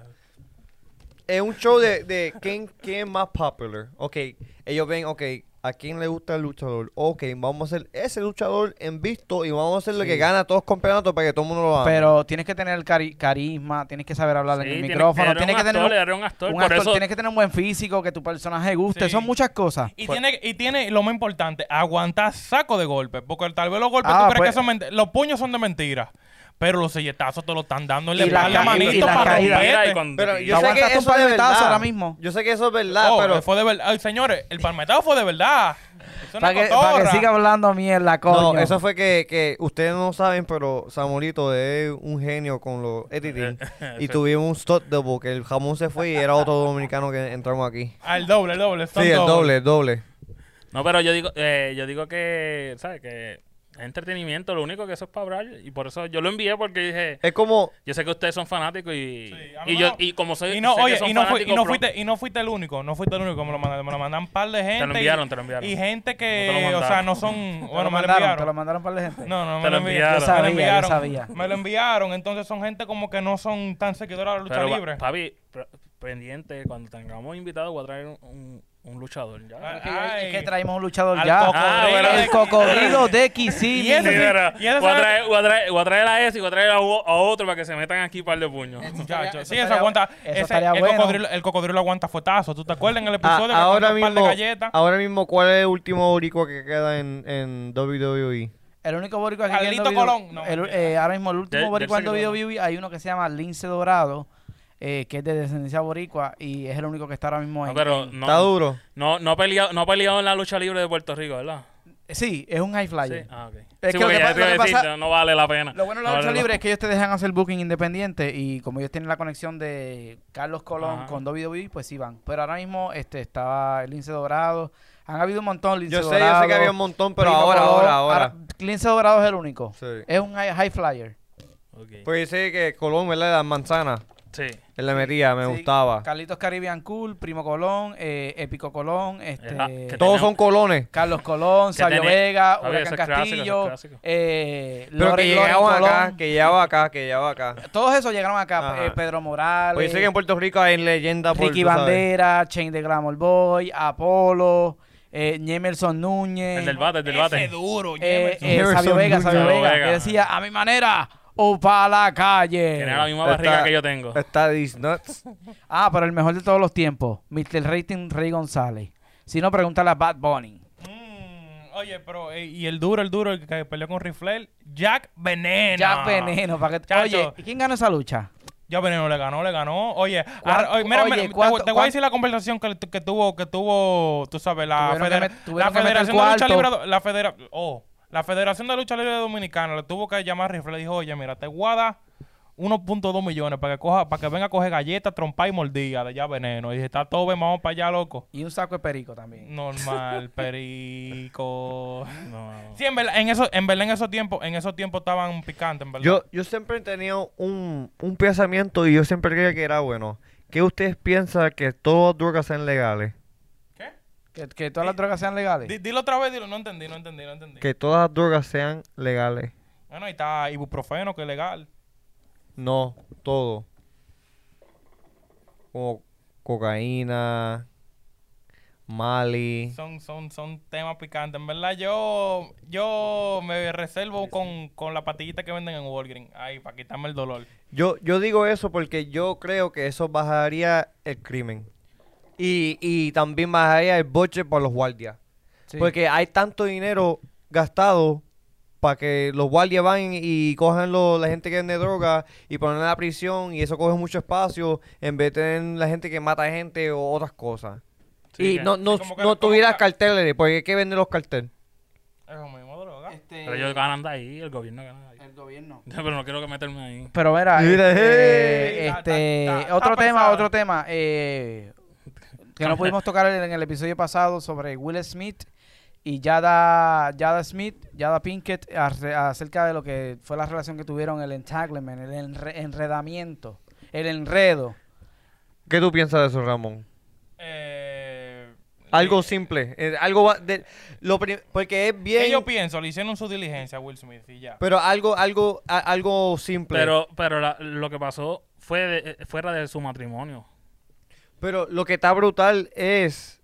[SPEAKER 1] Es un show de, de quién, quién es más popular. Ok, ellos ven, ok, ¿a quién le gusta el luchador? Ok, vamos a hacer ese luchador en visto y vamos a hacer lo que gana todos los campeonatos para que todo el mundo lo haga.
[SPEAKER 3] Pero tienes que tener cari- carisma, tienes que saber hablar en el micrófono, tienes que tener...
[SPEAKER 4] un
[SPEAKER 3] un-
[SPEAKER 4] actor, era un actor,
[SPEAKER 3] un
[SPEAKER 4] por
[SPEAKER 3] actor,
[SPEAKER 4] eso-
[SPEAKER 3] tienes que tener un buen físico, que tu personaje guste,
[SPEAKER 2] Sí.
[SPEAKER 3] son muchas cosas.
[SPEAKER 2] Y tiene, y tiene lo más importante, aguantar saco de golpes. Porque tal vez los golpes
[SPEAKER 3] Ah,
[SPEAKER 2] tú crees
[SPEAKER 3] pues-
[SPEAKER 2] que son ment- los puños son de mentira. Pero los selletazos te lo están dando en la
[SPEAKER 3] Y la
[SPEAKER 2] espalda,
[SPEAKER 3] ca- y- y
[SPEAKER 2] manito,
[SPEAKER 3] la
[SPEAKER 2] para
[SPEAKER 3] caída.
[SPEAKER 2] romperte.
[SPEAKER 4] y cuando-
[SPEAKER 1] Pero
[SPEAKER 4] y-
[SPEAKER 1] yo sé que
[SPEAKER 3] aguantaste un
[SPEAKER 1] eso es
[SPEAKER 3] palmetazo
[SPEAKER 1] verdad.
[SPEAKER 3] ahora mismo.
[SPEAKER 1] Yo sé que eso es verdad,
[SPEAKER 2] Oh,
[SPEAKER 1] pero...
[SPEAKER 2] fue de verdad. Ay, señores, el palmetado fue de verdad. Eso no
[SPEAKER 3] Para
[SPEAKER 2] es
[SPEAKER 3] que, pa' que
[SPEAKER 2] cotorra.
[SPEAKER 3] siga hablando mierda, coño.
[SPEAKER 1] No, eso fue que, que ustedes no saben, pero Samolito es un genio con los editing. y tuvimos un stop double, que el jamón se fue y era otro dominicano que entramos aquí.
[SPEAKER 2] Al doble, Ah, el doble.
[SPEAKER 1] Sí, el doble, el doble.
[SPEAKER 4] No, pero yo digo, eh, yo digo que, ¿sabes? Que es entretenimiento, lo único que eso es para hablar. Y por eso yo lo envié porque dije,
[SPEAKER 1] Es como,
[SPEAKER 4] yo sé que ustedes son fanáticos y,
[SPEAKER 2] Sí, a mí
[SPEAKER 4] y,
[SPEAKER 2] me
[SPEAKER 4] yo,
[SPEAKER 2] lo-
[SPEAKER 4] y como soy,
[SPEAKER 2] Y no,
[SPEAKER 4] sé
[SPEAKER 2] oye,
[SPEAKER 4] que son
[SPEAKER 2] y no, fui- y
[SPEAKER 4] fanáticos,
[SPEAKER 2] no
[SPEAKER 4] pro-
[SPEAKER 2] fuiste, y no fuiste el único, no fuiste el único, me lo mandaron, me lo mandaron un par de gente. y-
[SPEAKER 4] enviaron, te lo enviaron.
[SPEAKER 2] Y gente
[SPEAKER 4] No te
[SPEAKER 2] que,
[SPEAKER 4] lo
[SPEAKER 2] o sea,
[SPEAKER 4] mandaron.
[SPEAKER 2] no son,
[SPEAKER 3] Te lo
[SPEAKER 2] bueno, me lo
[SPEAKER 3] mandaron, te lo
[SPEAKER 2] enviaron.
[SPEAKER 3] mandaron para la gente.
[SPEAKER 2] No, no,
[SPEAKER 4] Te
[SPEAKER 2] me
[SPEAKER 4] lo
[SPEAKER 2] lo enviaron.
[SPEAKER 4] enviaron. Yo
[SPEAKER 2] Me lo
[SPEAKER 3] sabía, yo
[SPEAKER 2] enviaron.
[SPEAKER 3] sabía.
[SPEAKER 2] Me lo enviaron, entonces son gente como que no son tan seguidores de la lucha
[SPEAKER 4] Pero,
[SPEAKER 2] libre.
[SPEAKER 4] pa- papi, pre- pendiente, cuando tengamos invitados voy a traer un, un- un luchador. ya.
[SPEAKER 2] Ah,
[SPEAKER 3] Es que ya-
[SPEAKER 2] Ay.
[SPEAKER 3] es que traímos un luchador
[SPEAKER 2] Al
[SPEAKER 3] ya.
[SPEAKER 2] cocodrilo
[SPEAKER 4] Ah, bueno.
[SPEAKER 2] de-
[SPEAKER 3] El cocodrilo de
[SPEAKER 2] Y ese
[SPEAKER 4] Sí,
[SPEAKER 2] sí.
[SPEAKER 3] Kissimmee.
[SPEAKER 4] pero
[SPEAKER 2] y esa
[SPEAKER 4] voy, a
[SPEAKER 2] sabe-
[SPEAKER 4] traer, voy, a traer, voy a traer a ese y voy a traer a, u- a otro para que se metan aquí un par de puños.
[SPEAKER 2] Muchacho, sí,
[SPEAKER 3] estaría-
[SPEAKER 2] eso aguanta.
[SPEAKER 3] eso
[SPEAKER 2] ese-
[SPEAKER 3] estaría
[SPEAKER 2] el,
[SPEAKER 3] bueno.
[SPEAKER 2] cocodrilo, el cocodrilo aguanta fuetazos. ¿Tú te acuerdas en el
[SPEAKER 1] ah,
[SPEAKER 2] episodio? que
[SPEAKER 1] ahora,
[SPEAKER 2] aguanta un par de
[SPEAKER 1] mismo, ah,
[SPEAKER 2] galletas?
[SPEAKER 1] ahora mismo, ¿cuál es el último boricua que queda en, en E? WWE?
[SPEAKER 3] El único boricua que
[SPEAKER 2] Carlito
[SPEAKER 3] queda en WWE,
[SPEAKER 2] Colón. No,
[SPEAKER 3] el-
[SPEAKER 2] mentira.
[SPEAKER 3] eh, ahora mismo el último
[SPEAKER 4] Del-
[SPEAKER 3] boricua en
[SPEAKER 4] del seguidor.
[SPEAKER 3] WWE hay uno que se llama Lince Dorado, eh, que es de descendencia boricua y es el único que está ahora mismo
[SPEAKER 4] No,
[SPEAKER 3] en...
[SPEAKER 4] Ah, pero
[SPEAKER 1] Está
[SPEAKER 4] no,
[SPEAKER 1] duro.
[SPEAKER 4] no, no, ha peleado, no ha peleado en la lucha libre de Puerto Rico, ¿verdad?
[SPEAKER 3] Sí, es un high flyer.
[SPEAKER 4] Sí, ah, ok.
[SPEAKER 3] Es
[SPEAKER 4] Sí,
[SPEAKER 3] que lo
[SPEAKER 4] porque
[SPEAKER 3] que
[SPEAKER 4] ya
[SPEAKER 3] pa-
[SPEAKER 4] te
[SPEAKER 3] lo
[SPEAKER 4] iba a
[SPEAKER 3] que
[SPEAKER 4] decir,
[SPEAKER 3] pasa-
[SPEAKER 4] no- no vale la pena.
[SPEAKER 3] Lo bueno de
[SPEAKER 4] No
[SPEAKER 3] la lucha
[SPEAKER 4] vale
[SPEAKER 3] libre es que ellos te dejan hacer booking independiente y como ellos tienen la conexión de Carlos Colón
[SPEAKER 4] Ajá.
[SPEAKER 3] con WWE, pues sí van. Pero ahora mismo este estaba el Lince Dorado. Han habido un montón Lince
[SPEAKER 1] Yo sé,
[SPEAKER 3] Dorado.
[SPEAKER 1] yo sé que había un montón, pero
[SPEAKER 3] Primo
[SPEAKER 1] ahora,
[SPEAKER 3] Colón.
[SPEAKER 1] ahora, ahora.
[SPEAKER 3] Lince Dorado es el único.
[SPEAKER 1] Sí.
[SPEAKER 3] Es un high, high flyer.
[SPEAKER 4] Ok.
[SPEAKER 1] Pues dice que Colón, ¿verdad? Las manzanas.
[SPEAKER 4] Sí.
[SPEAKER 1] Él le metía, me
[SPEAKER 3] Sí,
[SPEAKER 1] gustaba.
[SPEAKER 3] Carlitos Caribbean Cool, Primo Colón, eh, Épico Colón, este,
[SPEAKER 4] Ah, que to-
[SPEAKER 1] Todos
[SPEAKER 4] tenemos-
[SPEAKER 1] son colones.
[SPEAKER 3] Carlos Colón, Sabio
[SPEAKER 4] tenés-
[SPEAKER 3] Vega,
[SPEAKER 4] Javier,
[SPEAKER 3] Huracán
[SPEAKER 4] ese es clásico,
[SPEAKER 3] Castillo,
[SPEAKER 4] ese es clásico.
[SPEAKER 3] eh,
[SPEAKER 1] Pero que
[SPEAKER 3] Loren- Loren
[SPEAKER 1] llegaban acá,
[SPEAKER 3] Colón.
[SPEAKER 1] que llegaban acá, que llegaban acá.
[SPEAKER 3] Todos esos llegaron acá.
[SPEAKER 1] Ajá.
[SPEAKER 3] eh, Pedro Morales.
[SPEAKER 1] Pues yo sé que en Puerto Rico hay leyenda por
[SPEAKER 3] Ricky
[SPEAKER 1] tú sabes.
[SPEAKER 3] Bandera, Chain de Glamour Boy, Apolo, eh, Jemerson Núñez,
[SPEAKER 4] El del bate, el del bate.
[SPEAKER 2] Ese duro,
[SPEAKER 3] eh,
[SPEAKER 2] Jamerson.
[SPEAKER 3] eh, Sabio
[SPEAKER 1] Jemerson
[SPEAKER 3] Vega,
[SPEAKER 1] Núñez.
[SPEAKER 3] Sabio
[SPEAKER 4] Sabio
[SPEAKER 3] Vega,
[SPEAKER 4] Vega.
[SPEAKER 3] que decía, a mi manera o para la
[SPEAKER 4] Tiene la
[SPEAKER 3] calle.
[SPEAKER 4] misma barriga
[SPEAKER 1] Está-
[SPEAKER 4] que yo tengo.
[SPEAKER 1] Está These Nuts.
[SPEAKER 3] Ah, pero el mejor de todos los tiempos, Mr. Rating Rey González. Si no, pregúntale a Bad Bunny.
[SPEAKER 2] Mm, oye, pero eh, y el duro, el duro, el que peleó con Rifler, Jack Veneno.
[SPEAKER 3] Ya veneno, para que...
[SPEAKER 2] Chacho.
[SPEAKER 3] Oye, ¿y ¿quién ganó esa lucha?
[SPEAKER 2] Jack Veneno le ganó, le ganó. Oye,
[SPEAKER 3] ¿Cuán-
[SPEAKER 2] arra- oye, mira,
[SPEAKER 3] oye,
[SPEAKER 2] mira, te,
[SPEAKER 3] cuánto-
[SPEAKER 2] voy- te voy
[SPEAKER 3] cuán-
[SPEAKER 2] a decir la conversación que, que tuvo, que tuvo, tú sabes, la,
[SPEAKER 3] Tuvieron que
[SPEAKER 2] federa-
[SPEAKER 3] met- tuvieron
[SPEAKER 2] la
[SPEAKER 3] que meter
[SPEAKER 2] Federación de Lucha
[SPEAKER 3] cuarto.
[SPEAKER 2] Libre, do- la federa- oh, la Federación de Lucha Libre Dominicana le tuvo que llamar a Rifler y dijo, oye, mira, te voy a dar 1.2 millones para que coja, para que venga a coger galletas, trompa y mordida de Jack Veneno. Y dije, está todo bien, vamos para allá, loco.
[SPEAKER 3] Y un saco de perico
[SPEAKER 2] Mm.
[SPEAKER 3] también.
[SPEAKER 2] Normal, perico.
[SPEAKER 4] No, no.
[SPEAKER 2] Sí, en verdad, en, eso, en verdad, en esos tiempos, en esos tiempos estaban picantes, en verdad.
[SPEAKER 1] Yo, yo siempre he tenido un, un pensamiento y yo siempre creía que era bueno. ¿Qué ustedes piensan que todas las drogas sean legales?
[SPEAKER 2] ¿Qué?
[SPEAKER 3] Que, que todas las drogas sean legales.
[SPEAKER 2] Di- dilo otra vez, dilo. No entendí, no entendí, no entendí.
[SPEAKER 1] Que todas las drogas sean legales.
[SPEAKER 2] Bueno, ahí está ibuprofeno, que es legal.
[SPEAKER 1] No, todo. como cocaína, Mali.
[SPEAKER 2] Son, son, son temas picantes. En verdad, yo, yo me reservo con, con la patillita que venden en Walgreens. Ahí, para quitarme el dolor.
[SPEAKER 1] Yo, yo digo eso porque yo creo que eso bajaría el crimen. Y, y también bajaría el boche para los guardias.
[SPEAKER 3] Sí.
[SPEAKER 1] Porque hay tanto dinero gastado para que los guardias van y cojan lo- la gente que vende droga y ponen en la prisión y eso coge mucho espacio en vez de tener la gente que mata gente o otras cosas.
[SPEAKER 4] Sí,
[SPEAKER 1] y
[SPEAKER 4] que-
[SPEAKER 1] no, no,
[SPEAKER 2] sí, como que-
[SPEAKER 1] no
[SPEAKER 2] como
[SPEAKER 1] tuvieras
[SPEAKER 2] que-
[SPEAKER 1] carteles, porque hay que vender los carteles.
[SPEAKER 2] Eso mismo, droga.
[SPEAKER 3] Este,
[SPEAKER 4] Pero ellos ganan de ahí, el gobierno gana de ahí.
[SPEAKER 3] el gobierno.
[SPEAKER 4] Pero no quiero que meterme ahí.
[SPEAKER 3] Pero mira,
[SPEAKER 1] Mira,
[SPEAKER 3] este,
[SPEAKER 2] hey.
[SPEAKER 3] este,
[SPEAKER 2] Ta- ta- ta-
[SPEAKER 3] otro
[SPEAKER 2] ta
[SPEAKER 3] tema,
[SPEAKER 2] pesado.
[SPEAKER 3] otro tema eh, que no pudimos tocar en el episodio pasado sobre Will Smith y Yada, Yada Smith, Yada Pinkett arre- acerca de lo que fue la relación que tuvieron el entanglement, el enre- enredamiento, el enredo.
[SPEAKER 1] ¿Qué tú piensas de eso, Ramón?
[SPEAKER 2] Eh,
[SPEAKER 1] Algo
[SPEAKER 2] eh,
[SPEAKER 1] simple, eh, algo va- de- lo prim- porque es bien,
[SPEAKER 2] que yo pienso, le hicieron su diligencia a Will Smith y ya.
[SPEAKER 1] pero algo, algo, a- algo simple.
[SPEAKER 4] Pero, pero la- lo que pasó fue de- eh, fuera de su matrimonio.
[SPEAKER 1] Pero lo que está brutal es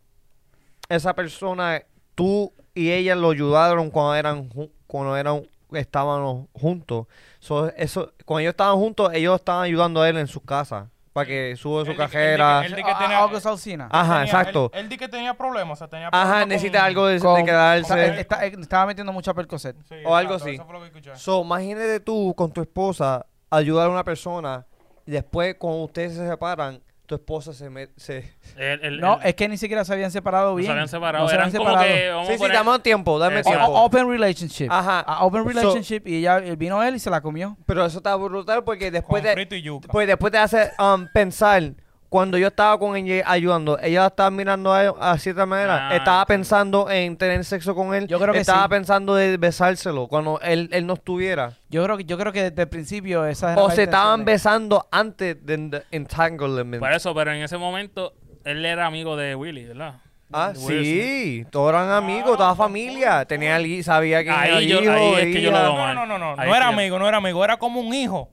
[SPEAKER 1] esa persona, tú y ella lo ayudaron cuando eran ju- cuando eran estaban juntos. So, eso, cuando ellos estaban juntos, ellos estaban ayudando a él en sus casas para que suba
[SPEAKER 2] Él di-
[SPEAKER 1] su
[SPEAKER 2] él di-
[SPEAKER 1] cajera.
[SPEAKER 2] él di-
[SPEAKER 3] A-
[SPEAKER 2] que tiene-
[SPEAKER 3] a- Algo Salsina.
[SPEAKER 4] Ah,
[SPEAKER 1] Ajá,
[SPEAKER 2] Tenía-
[SPEAKER 1] exacto.
[SPEAKER 2] Él, él di que tenía problemas, o sea, tenía problemas
[SPEAKER 1] Ajá,
[SPEAKER 2] con-
[SPEAKER 1] necesita algo de, de
[SPEAKER 3] Con- Está-
[SPEAKER 1] quedarse.
[SPEAKER 3] está- estaba metiendo mucha percocet.
[SPEAKER 2] Sí,
[SPEAKER 1] o algo
[SPEAKER 2] exacto,
[SPEAKER 1] así.
[SPEAKER 2] Eso fue lo que escuché.
[SPEAKER 1] So, imagínate tú con tu esposa ayudar a una persona y después cuando ustedes se separan, tu esposa se, met- se
[SPEAKER 4] El- el-
[SPEAKER 3] No,
[SPEAKER 4] el-
[SPEAKER 3] es que ni siquiera se habían separado
[SPEAKER 4] no
[SPEAKER 3] bien.
[SPEAKER 4] se habían separado.
[SPEAKER 3] No se
[SPEAKER 4] Eran
[SPEAKER 3] habían
[SPEAKER 4] como
[SPEAKER 3] separado.
[SPEAKER 4] que. vamos a
[SPEAKER 1] Sí, sí,
[SPEAKER 4] poner-
[SPEAKER 1] dame tiempo, dame
[SPEAKER 4] Exacto.
[SPEAKER 1] tiempo.
[SPEAKER 3] O- o- open relationship.
[SPEAKER 1] Ajá.
[SPEAKER 3] A open
[SPEAKER 1] So-
[SPEAKER 3] relationship y ya eh, vino él y se la comió.
[SPEAKER 1] Pero eso está brutal porque
[SPEAKER 2] Con
[SPEAKER 1] después de,
[SPEAKER 2] frito y yuca.
[SPEAKER 1] pues después te hace um, pensar. Cuando yo estaba con ella ayudando, ella estaba mirando a él a cierta manera.
[SPEAKER 4] Ah,
[SPEAKER 1] estaba
[SPEAKER 4] sí.
[SPEAKER 1] pensando en tener sexo con él.
[SPEAKER 3] Yo creo que
[SPEAKER 1] estaba
[SPEAKER 3] sí.
[SPEAKER 1] pensando de besárselo cuando él, él no estuviera.
[SPEAKER 3] Yo creo que yo creo que desde el principio esa era
[SPEAKER 1] O
[SPEAKER 3] la
[SPEAKER 1] se estaban
[SPEAKER 3] intención de-
[SPEAKER 1] besando antes del entanglement.
[SPEAKER 4] Por eso, pero en ese momento él era amigo de Willy, ¿verdad?
[SPEAKER 1] Ah,
[SPEAKER 4] De Will Smith.
[SPEAKER 1] sí. Todos eran amigos, toda familia. Tenía el, hi- sabía que
[SPEAKER 4] Ahí
[SPEAKER 1] era
[SPEAKER 4] yo-
[SPEAKER 1] hijo,
[SPEAKER 4] ahí es que yo lo
[SPEAKER 1] hija.
[SPEAKER 4] veo
[SPEAKER 2] No, no, no, no.
[SPEAKER 4] Ahí
[SPEAKER 2] No era
[SPEAKER 4] sí.
[SPEAKER 2] amigo, no era amigo. Era como un hijo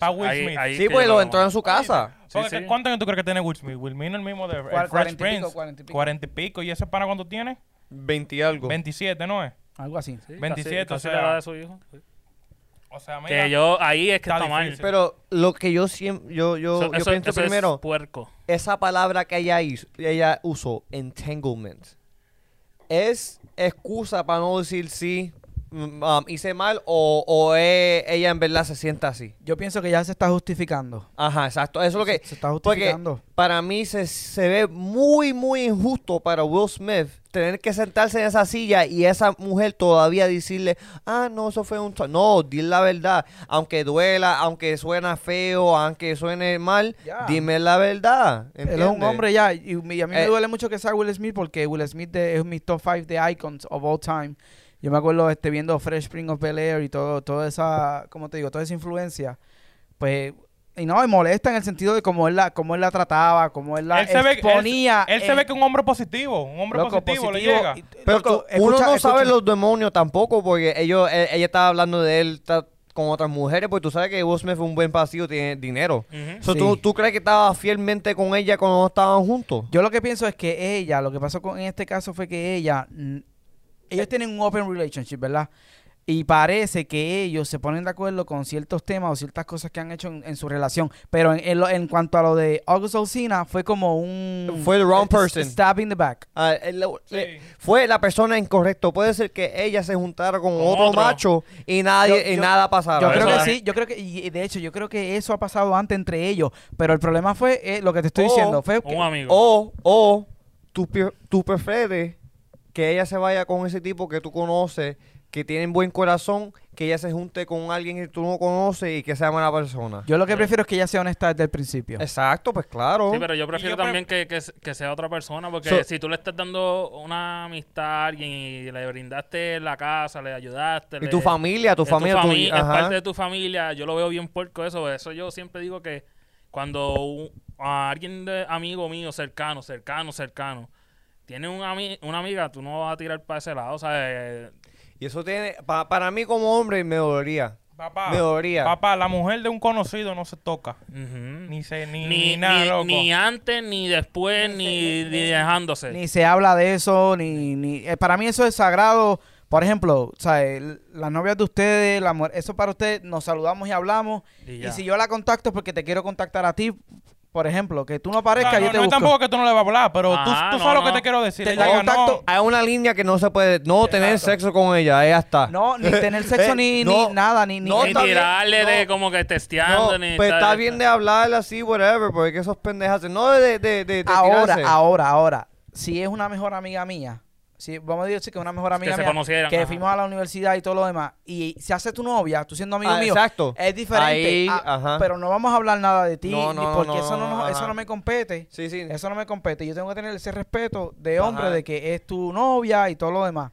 [SPEAKER 2] para Will
[SPEAKER 4] Ahí-
[SPEAKER 2] Smith.
[SPEAKER 4] ahí
[SPEAKER 1] Sí,
[SPEAKER 4] que
[SPEAKER 1] pues
[SPEAKER 4] yo
[SPEAKER 1] lo
[SPEAKER 4] lo-
[SPEAKER 1] entró en su casa.
[SPEAKER 4] Sí,
[SPEAKER 2] Porque,
[SPEAKER 4] sí.
[SPEAKER 2] ¿Cuántos años tú crees que tiene Will Smith? Will Smith es el mismo de el
[SPEAKER 3] Cuar-
[SPEAKER 2] Fresh
[SPEAKER 3] cuarenta y pico,
[SPEAKER 2] Prince.
[SPEAKER 3] cuarenta y pico.
[SPEAKER 2] Cuarenta y pico. ¿Y ese pana cuánto tiene?
[SPEAKER 1] 20 y algo.
[SPEAKER 2] 27, ¿no es?
[SPEAKER 3] algo así.
[SPEAKER 4] Sí, casi-
[SPEAKER 2] 27,
[SPEAKER 4] casi
[SPEAKER 2] o
[SPEAKER 4] la
[SPEAKER 2] sea,
[SPEAKER 4] edad de su hijo.
[SPEAKER 2] O sea, mira.
[SPEAKER 4] Que yo, ahí es que
[SPEAKER 2] Está
[SPEAKER 4] está, mal.
[SPEAKER 2] difícil.
[SPEAKER 1] Pero lo que yo siempre, yo, yo,
[SPEAKER 4] Eso-
[SPEAKER 1] yo
[SPEAKER 4] eso-
[SPEAKER 1] pienso
[SPEAKER 4] eso
[SPEAKER 1] primero.
[SPEAKER 4] Es puerco.
[SPEAKER 1] esa palabra que ella, hizo- ella usó, entanglement, es excusa para no decir sí, mm, um, hice mal o, o e- ella en verdad se sienta así.
[SPEAKER 3] Yo pienso que ya se está justificando.
[SPEAKER 1] Ajá, exacto. Eso es lo que...
[SPEAKER 3] Se, se está
[SPEAKER 1] Porque
[SPEAKER 3] justificando.
[SPEAKER 1] para mí se, se ve muy, muy injusto para Will Smith tener que sentarse en esa silla y esa mujer todavía decirle, ah, no, eso fue un... tra-". No, di la verdad. Aunque duela, aunque suena feo, aunque suene mal,
[SPEAKER 3] Ya.
[SPEAKER 1] dime la verdad.
[SPEAKER 3] Él es un
[SPEAKER 1] ¿entiendes?
[SPEAKER 3] hombre ya y, me- y a mí me
[SPEAKER 1] Eh.
[SPEAKER 3] duele mucho que sea Will Smith porque Will Smith de- es mi top 5 de icons of all time. Yo me acuerdo este viendo Fresh Spring of Bel Air y todo toda esa, como te digo, toda esa influencia. Pues y no, me molesta en el sentido de cómo él la cómo él la trataba, cómo él la
[SPEAKER 2] él se ve,
[SPEAKER 3] exponía.
[SPEAKER 2] él, él se ve que un hombre positivo, un hombre positivo, le llega.
[SPEAKER 1] Pero que uno no sabe
[SPEAKER 3] los
[SPEAKER 1] los demonios tampoco, porque ellos, e- ella estaba hablando de él ta- con otras mujeres, porque tú sabes que Will Smith fue un buen pasivo, tiene dinero.
[SPEAKER 4] Ujú.
[SPEAKER 1] So,
[SPEAKER 3] Sí.
[SPEAKER 1] ¿tú, tú crees que estaba fielmente con ella cuando estaban juntos?
[SPEAKER 3] Yo lo que pienso es que ella, lo que pasó con en este caso fue que ella, mm, ellos tienen un open relationship, ¿verdad? Y parece que ellos se ponen de acuerdo con ciertos temas o ciertas cosas que han hecho en, en su relación. Pero en, en lo- en cuanto a lo de August Alsina, fue como un...
[SPEAKER 1] Fue the wrong
[SPEAKER 3] a- a-
[SPEAKER 1] person.
[SPEAKER 3] Stab in the back.
[SPEAKER 1] Ah, él lo-
[SPEAKER 2] Sí.
[SPEAKER 1] le- fue la persona incorrecta. Puede ser que ella se juntara con,
[SPEAKER 4] Con
[SPEAKER 1] otro,
[SPEAKER 4] otro.
[SPEAKER 1] macho y, nadie,
[SPEAKER 3] Yo-
[SPEAKER 1] y
[SPEAKER 3] yo-
[SPEAKER 1] nada pasara.
[SPEAKER 3] Yo creo
[SPEAKER 4] eso
[SPEAKER 3] que
[SPEAKER 4] es.
[SPEAKER 3] sí, yo creo que... Y y de hecho, yo creo que eso ha pasado antes entre ellos. Pero el problema fue eh, lo que te estoy
[SPEAKER 1] O-
[SPEAKER 3] diciendo. Fue que-
[SPEAKER 4] Un amigo.
[SPEAKER 1] O, o tú, pi- tú prefieres que ella se vaya con ese tipo que tú conoces, que tiene buen corazón, que ella se junte con alguien que tú no conoces y que sea mala persona.
[SPEAKER 3] yo lo que prefiero es que ella sea honesta desde el principio.
[SPEAKER 1] Exacto, pues claro.
[SPEAKER 4] Sí, pero yo prefiero
[SPEAKER 2] yo pre-
[SPEAKER 4] también que, que, se- que sea otra persona, porque
[SPEAKER 1] So-
[SPEAKER 4] si tú le estás dando una amistad a alguien y le brindaste la casa, le ayudaste.
[SPEAKER 1] y
[SPEAKER 4] le-
[SPEAKER 1] tu familia, tu
[SPEAKER 4] es
[SPEAKER 1] familia, tu-
[SPEAKER 4] fami- es
[SPEAKER 1] ajá.
[SPEAKER 4] parte de tu familia, yo lo veo bien puerco eso. pues, Eso yo siempre digo que cuando un- a alguien de amigo mío cercano, cercano, cercano, tiene un ami- una amiga, tú no vas a tirar para ese lado, o sea, eh,
[SPEAKER 1] Y eso tiene, pa- para mí como hombre me dolería.
[SPEAKER 2] Papá,
[SPEAKER 1] Mayoría.
[SPEAKER 2] papá, la mujer de un conocido no se toca.
[SPEAKER 4] Ujú.
[SPEAKER 2] Ni se, ni,
[SPEAKER 4] Ni,
[SPEAKER 2] ni
[SPEAKER 4] ni,
[SPEAKER 2] nada, loco.
[SPEAKER 4] ni antes, ni después, ni, ni dejándose.
[SPEAKER 3] Ni se habla de eso, ni, ni eh, para mí eso es sagrado. Por ejemplo, ¿sabes? L- las novias de ustedes, la mujer- eso para ustedes, nos saludamos y hablamos.
[SPEAKER 4] Y
[SPEAKER 3] Y,
[SPEAKER 4] ya.
[SPEAKER 3] si yo la contacto es porque te quiero contactar a ti, por ejemplo, que tú no
[SPEAKER 2] O sea, no,
[SPEAKER 3] aparezcas, yo te
[SPEAKER 2] no es
[SPEAKER 3] busco.
[SPEAKER 2] tampoco que tú no le vas a hablar, pero tú,
[SPEAKER 4] Ajá,
[SPEAKER 2] tú
[SPEAKER 4] no,
[SPEAKER 2] sabes lo que
[SPEAKER 4] no.
[SPEAKER 2] te quiero decir.
[SPEAKER 3] Te-
[SPEAKER 2] Ella
[SPEAKER 3] te
[SPEAKER 2] ganó.
[SPEAKER 3] contacto-
[SPEAKER 1] Hay una línea que no se puede, no tener sexo con ella, ella está.
[SPEAKER 3] No, ni tener sexo ni,
[SPEAKER 1] Eh,
[SPEAKER 3] ni
[SPEAKER 1] no,
[SPEAKER 3] nada, ni, ni
[SPEAKER 1] no,
[SPEAKER 4] Ni
[SPEAKER 1] está bien,
[SPEAKER 4] tirarle de
[SPEAKER 1] no.
[SPEAKER 4] como que
[SPEAKER 1] No,
[SPEAKER 4] testeando. ni
[SPEAKER 1] pues
[SPEAKER 4] tal-
[SPEAKER 1] está bien de hablar así, whatever, porque esos pendejas, no de, de, de, de
[SPEAKER 3] ahora,
[SPEAKER 1] tirarse.
[SPEAKER 3] ahora, ahora. Si es una mejor amiga mía, si vamos a decir que es una mejor amiga
[SPEAKER 4] se
[SPEAKER 3] mía,
[SPEAKER 4] conocieran,
[SPEAKER 3] que
[SPEAKER 4] ajá.
[SPEAKER 3] fuimos a la universidad y todo lo demás, y se hace tu novia, tú siendo amigo
[SPEAKER 1] Ah,
[SPEAKER 3] mío, Eh,
[SPEAKER 1] exacto.
[SPEAKER 3] es diferente.
[SPEAKER 1] Ahí,
[SPEAKER 3] Ah,
[SPEAKER 1] ajá.
[SPEAKER 3] Pero no vamos a hablar nada de ti,
[SPEAKER 1] No, no,
[SPEAKER 3] ni
[SPEAKER 1] no,
[SPEAKER 3] porque
[SPEAKER 1] no,
[SPEAKER 3] eso, no,
[SPEAKER 1] no,
[SPEAKER 3] nos- eso
[SPEAKER 1] ajá.
[SPEAKER 3] no me compete.
[SPEAKER 1] Sí, sí.
[SPEAKER 3] Eso no me compete. Yo tengo que tener ese respeto de hombre
[SPEAKER 1] Ajá.
[SPEAKER 3] de que es tu novia y todo lo demás.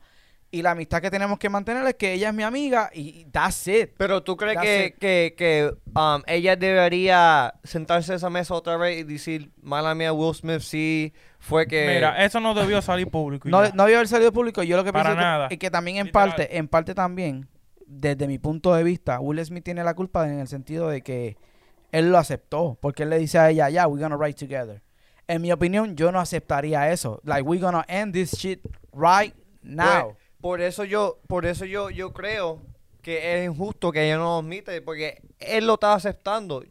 [SPEAKER 3] Y la amistad que tenemos que mantener es que ella es mi amiga y that's it.
[SPEAKER 1] Pero tú crees
[SPEAKER 3] Ya
[SPEAKER 1] que,
[SPEAKER 3] sé.
[SPEAKER 1] que, que um, ella debería sentarse a esa mesa otra vez y decir, mala mía, Will Smith sí fue que...
[SPEAKER 2] Mira, eh, eso no debió salir público. y
[SPEAKER 3] No,
[SPEAKER 2] ya.
[SPEAKER 3] no debió haber salido público. Yo lo que
[SPEAKER 2] Para
[SPEAKER 3] pienso es que-
[SPEAKER 2] nada.
[SPEAKER 3] es que, también en
[SPEAKER 2] Literal.
[SPEAKER 3] parte, en parte también, desde mi punto de vista, Will Smith tiene la culpa en el sentido de que él lo aceptó. Porque él le dice a ella, yeah, we're gonna write together. En mi opinión, yo no aceptaría eso. Like, we're gonna end this shit right
[SPEAKER 1] Pues,
[SPEAKER 3] now.
[SPEAKER 1] por eso yo, por eso yo, yo creo que es injusto que ella no lo admite, porque él lo está aceptando.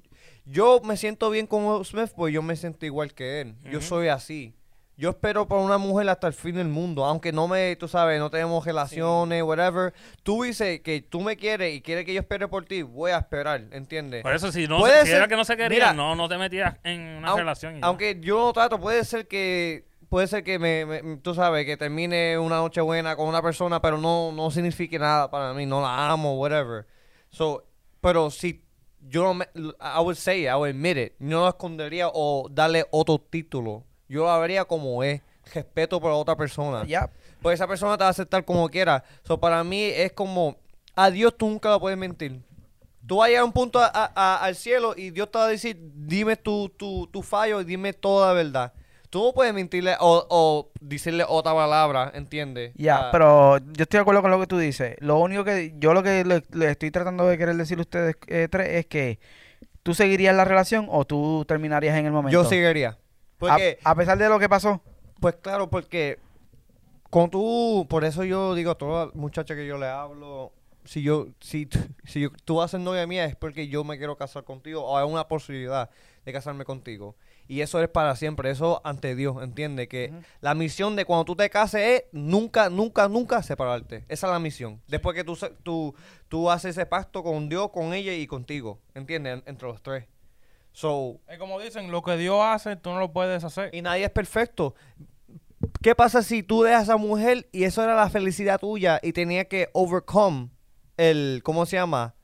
[SPEAKER 1] Yo me siento bien con Will Smith, pues yo me siento igual que él. Yo soy así. Yo espero por una mujer hasta el fin del mundo, aunque no me, tú sabes, no tenemos relaciones, whatever. Tú dices que tú me quieres y quieres que yo espere por ti, voy a esperar, ¿entiendes?
[SPEAKER 4] Por eso, si no
[SPEAKER 1] Puede
[SPEAKER 4] si
[SPEAKER 1] ser-
[SPEAKER 4] era que no se quería,
[SPEAKER 1] mira,
[SPEAKER 4] no, no te metías en una
[SPEAKER 1] Aun-
[SPEAKER 4] relación. y ya.
[SPEAKER 1] Aunque yo no trato, puede ser que puede ser que me, me- tú sabes que termine una noche buena con una persona, pero no no signifique nada para mí, no la amo, whatever. So, pero si yo no me, I would say, it, I would admit it, no lo escondería o darle otro título. Yo lo vería como es, respeto por otra persona.
[SPEAKER 3] Ya.
[SPEAKER 1] Pues esa persona te va a aceptar como quiera. So, para mí es como, a Dios tú nunca lo puedes mentir. Tú vas a llegar a un punto a- a- a- al cielo y Dios te va a decir, dime tu, tu, tu fallo y dime toda la verdad. Tú no puedes mentirle o, o decirle otra palabra, ¿entiendes? Ah,
[SPEAKER 3] Ya, pero yo estoy de acuerdo con lo que tú dices. Lo único que yo lo que le, le estoy tratando de querer decir a ustedes eh, tres es que tú seguirías la relación o tú terminarías en el momento. Ah,
[SPEAKER 1] Yo seguiría.
[SPEAKER 3] A,
[SPEAKER 1] Porque,
[SPEAKER 3] a pesar de lo que pasó.
[SPEAKER 1] pues claro, porque con tú, por eso yo digo a todas las muchachas que yo le hablo, si yo, si, t- si yo- tú vas a ser novia mía es porque yo me quiero casar contigo o hay una posibilidad de casarme contigo. Y eso es para siempre, eso ante Dios, entiende que la misión de cuando tú te cases es nunca, nunca, nunca separarte. Esa es la misión. Después que tú, se- tú, tú haces ese pacto con Dios, con ella y contigo, entiende, En- entre los tres. So,
[SPEAKER 2] Es como dicen, lo que Dios hace, tú no lo puedes hacer.
[SPEAKER 1] y nadie es perfecto. ¿Qué pasa si tú dejas a esa mujer y eso era la felicidad tuya y tenía que overcome el, ¿cómo se llama?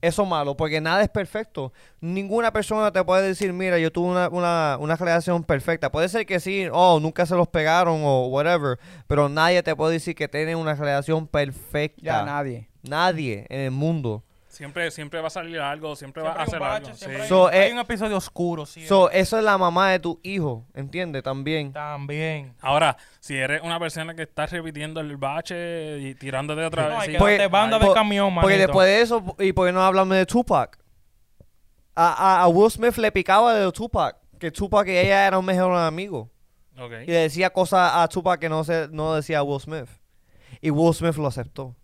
[SPEAKER 1] Eso malo, porque nada es perfecto. Ninguna persona te puede decir, mira, yo tuve una, una, una relación perfecta. Puede ser que sí, oh, nunca se los pegaron o whatever, pero nadie te puede decir que tienen una relación perfecta.
[SPEAKER 3] Ya, nadie.
[SPEAKER 1] Nadie en el mundo.
[SPEAKER 4] Siempre, siempre va a salir algo, siempre, va a
[SPEAKER 2] Siempre
[SPEAKER 4] hacer
[SPEAKER 2] hay un
[SPEAKER 4] algo.
[SPEAKER 2] bache,
[SPEAKER 4] sí.
[SPEAKER 2] siempre hay-
[SPEAKER 1] So,
[SPEAKER 2] hay,
[SPEAKER 1] eh,
[SPEAKER 2] un episodio oscuro, sí.
[SPEAKER 1] So, eso es la mamá de tu hijo, ¿entiendes? También.
[SPEAKER 2] También.
[SPEAKER 4] Ahora, si eres una persona que está repitiendo el bache y tirándote otra
[SPEAKER 2] No,
[SPEAKER 4] vez.
[SPEAKER 2] hay
[SPEAKER 4] sí,
[SPEAKER 2] que
[SPEAKER 1] Pues-
[SPEAKER 2] darte banda de
[SPEAKER 1] Por-
[SPEAKER 2] camión,
[SPEAKER 1] Porque
[SPEAKER 2] manito.
[SPEAKER 1] después de eso, ¿y por qué no hablamos de Tupac? A, a, a Will Smith le picaba de Tupac. Que Tupac y ella eran mejor amigos.
[SPEAKER 4] Ok.
[SPEAKER 1] Y le decía cosas a Tupac que no, se, no decía a Will Smith. Y Will Smith lo aceptó.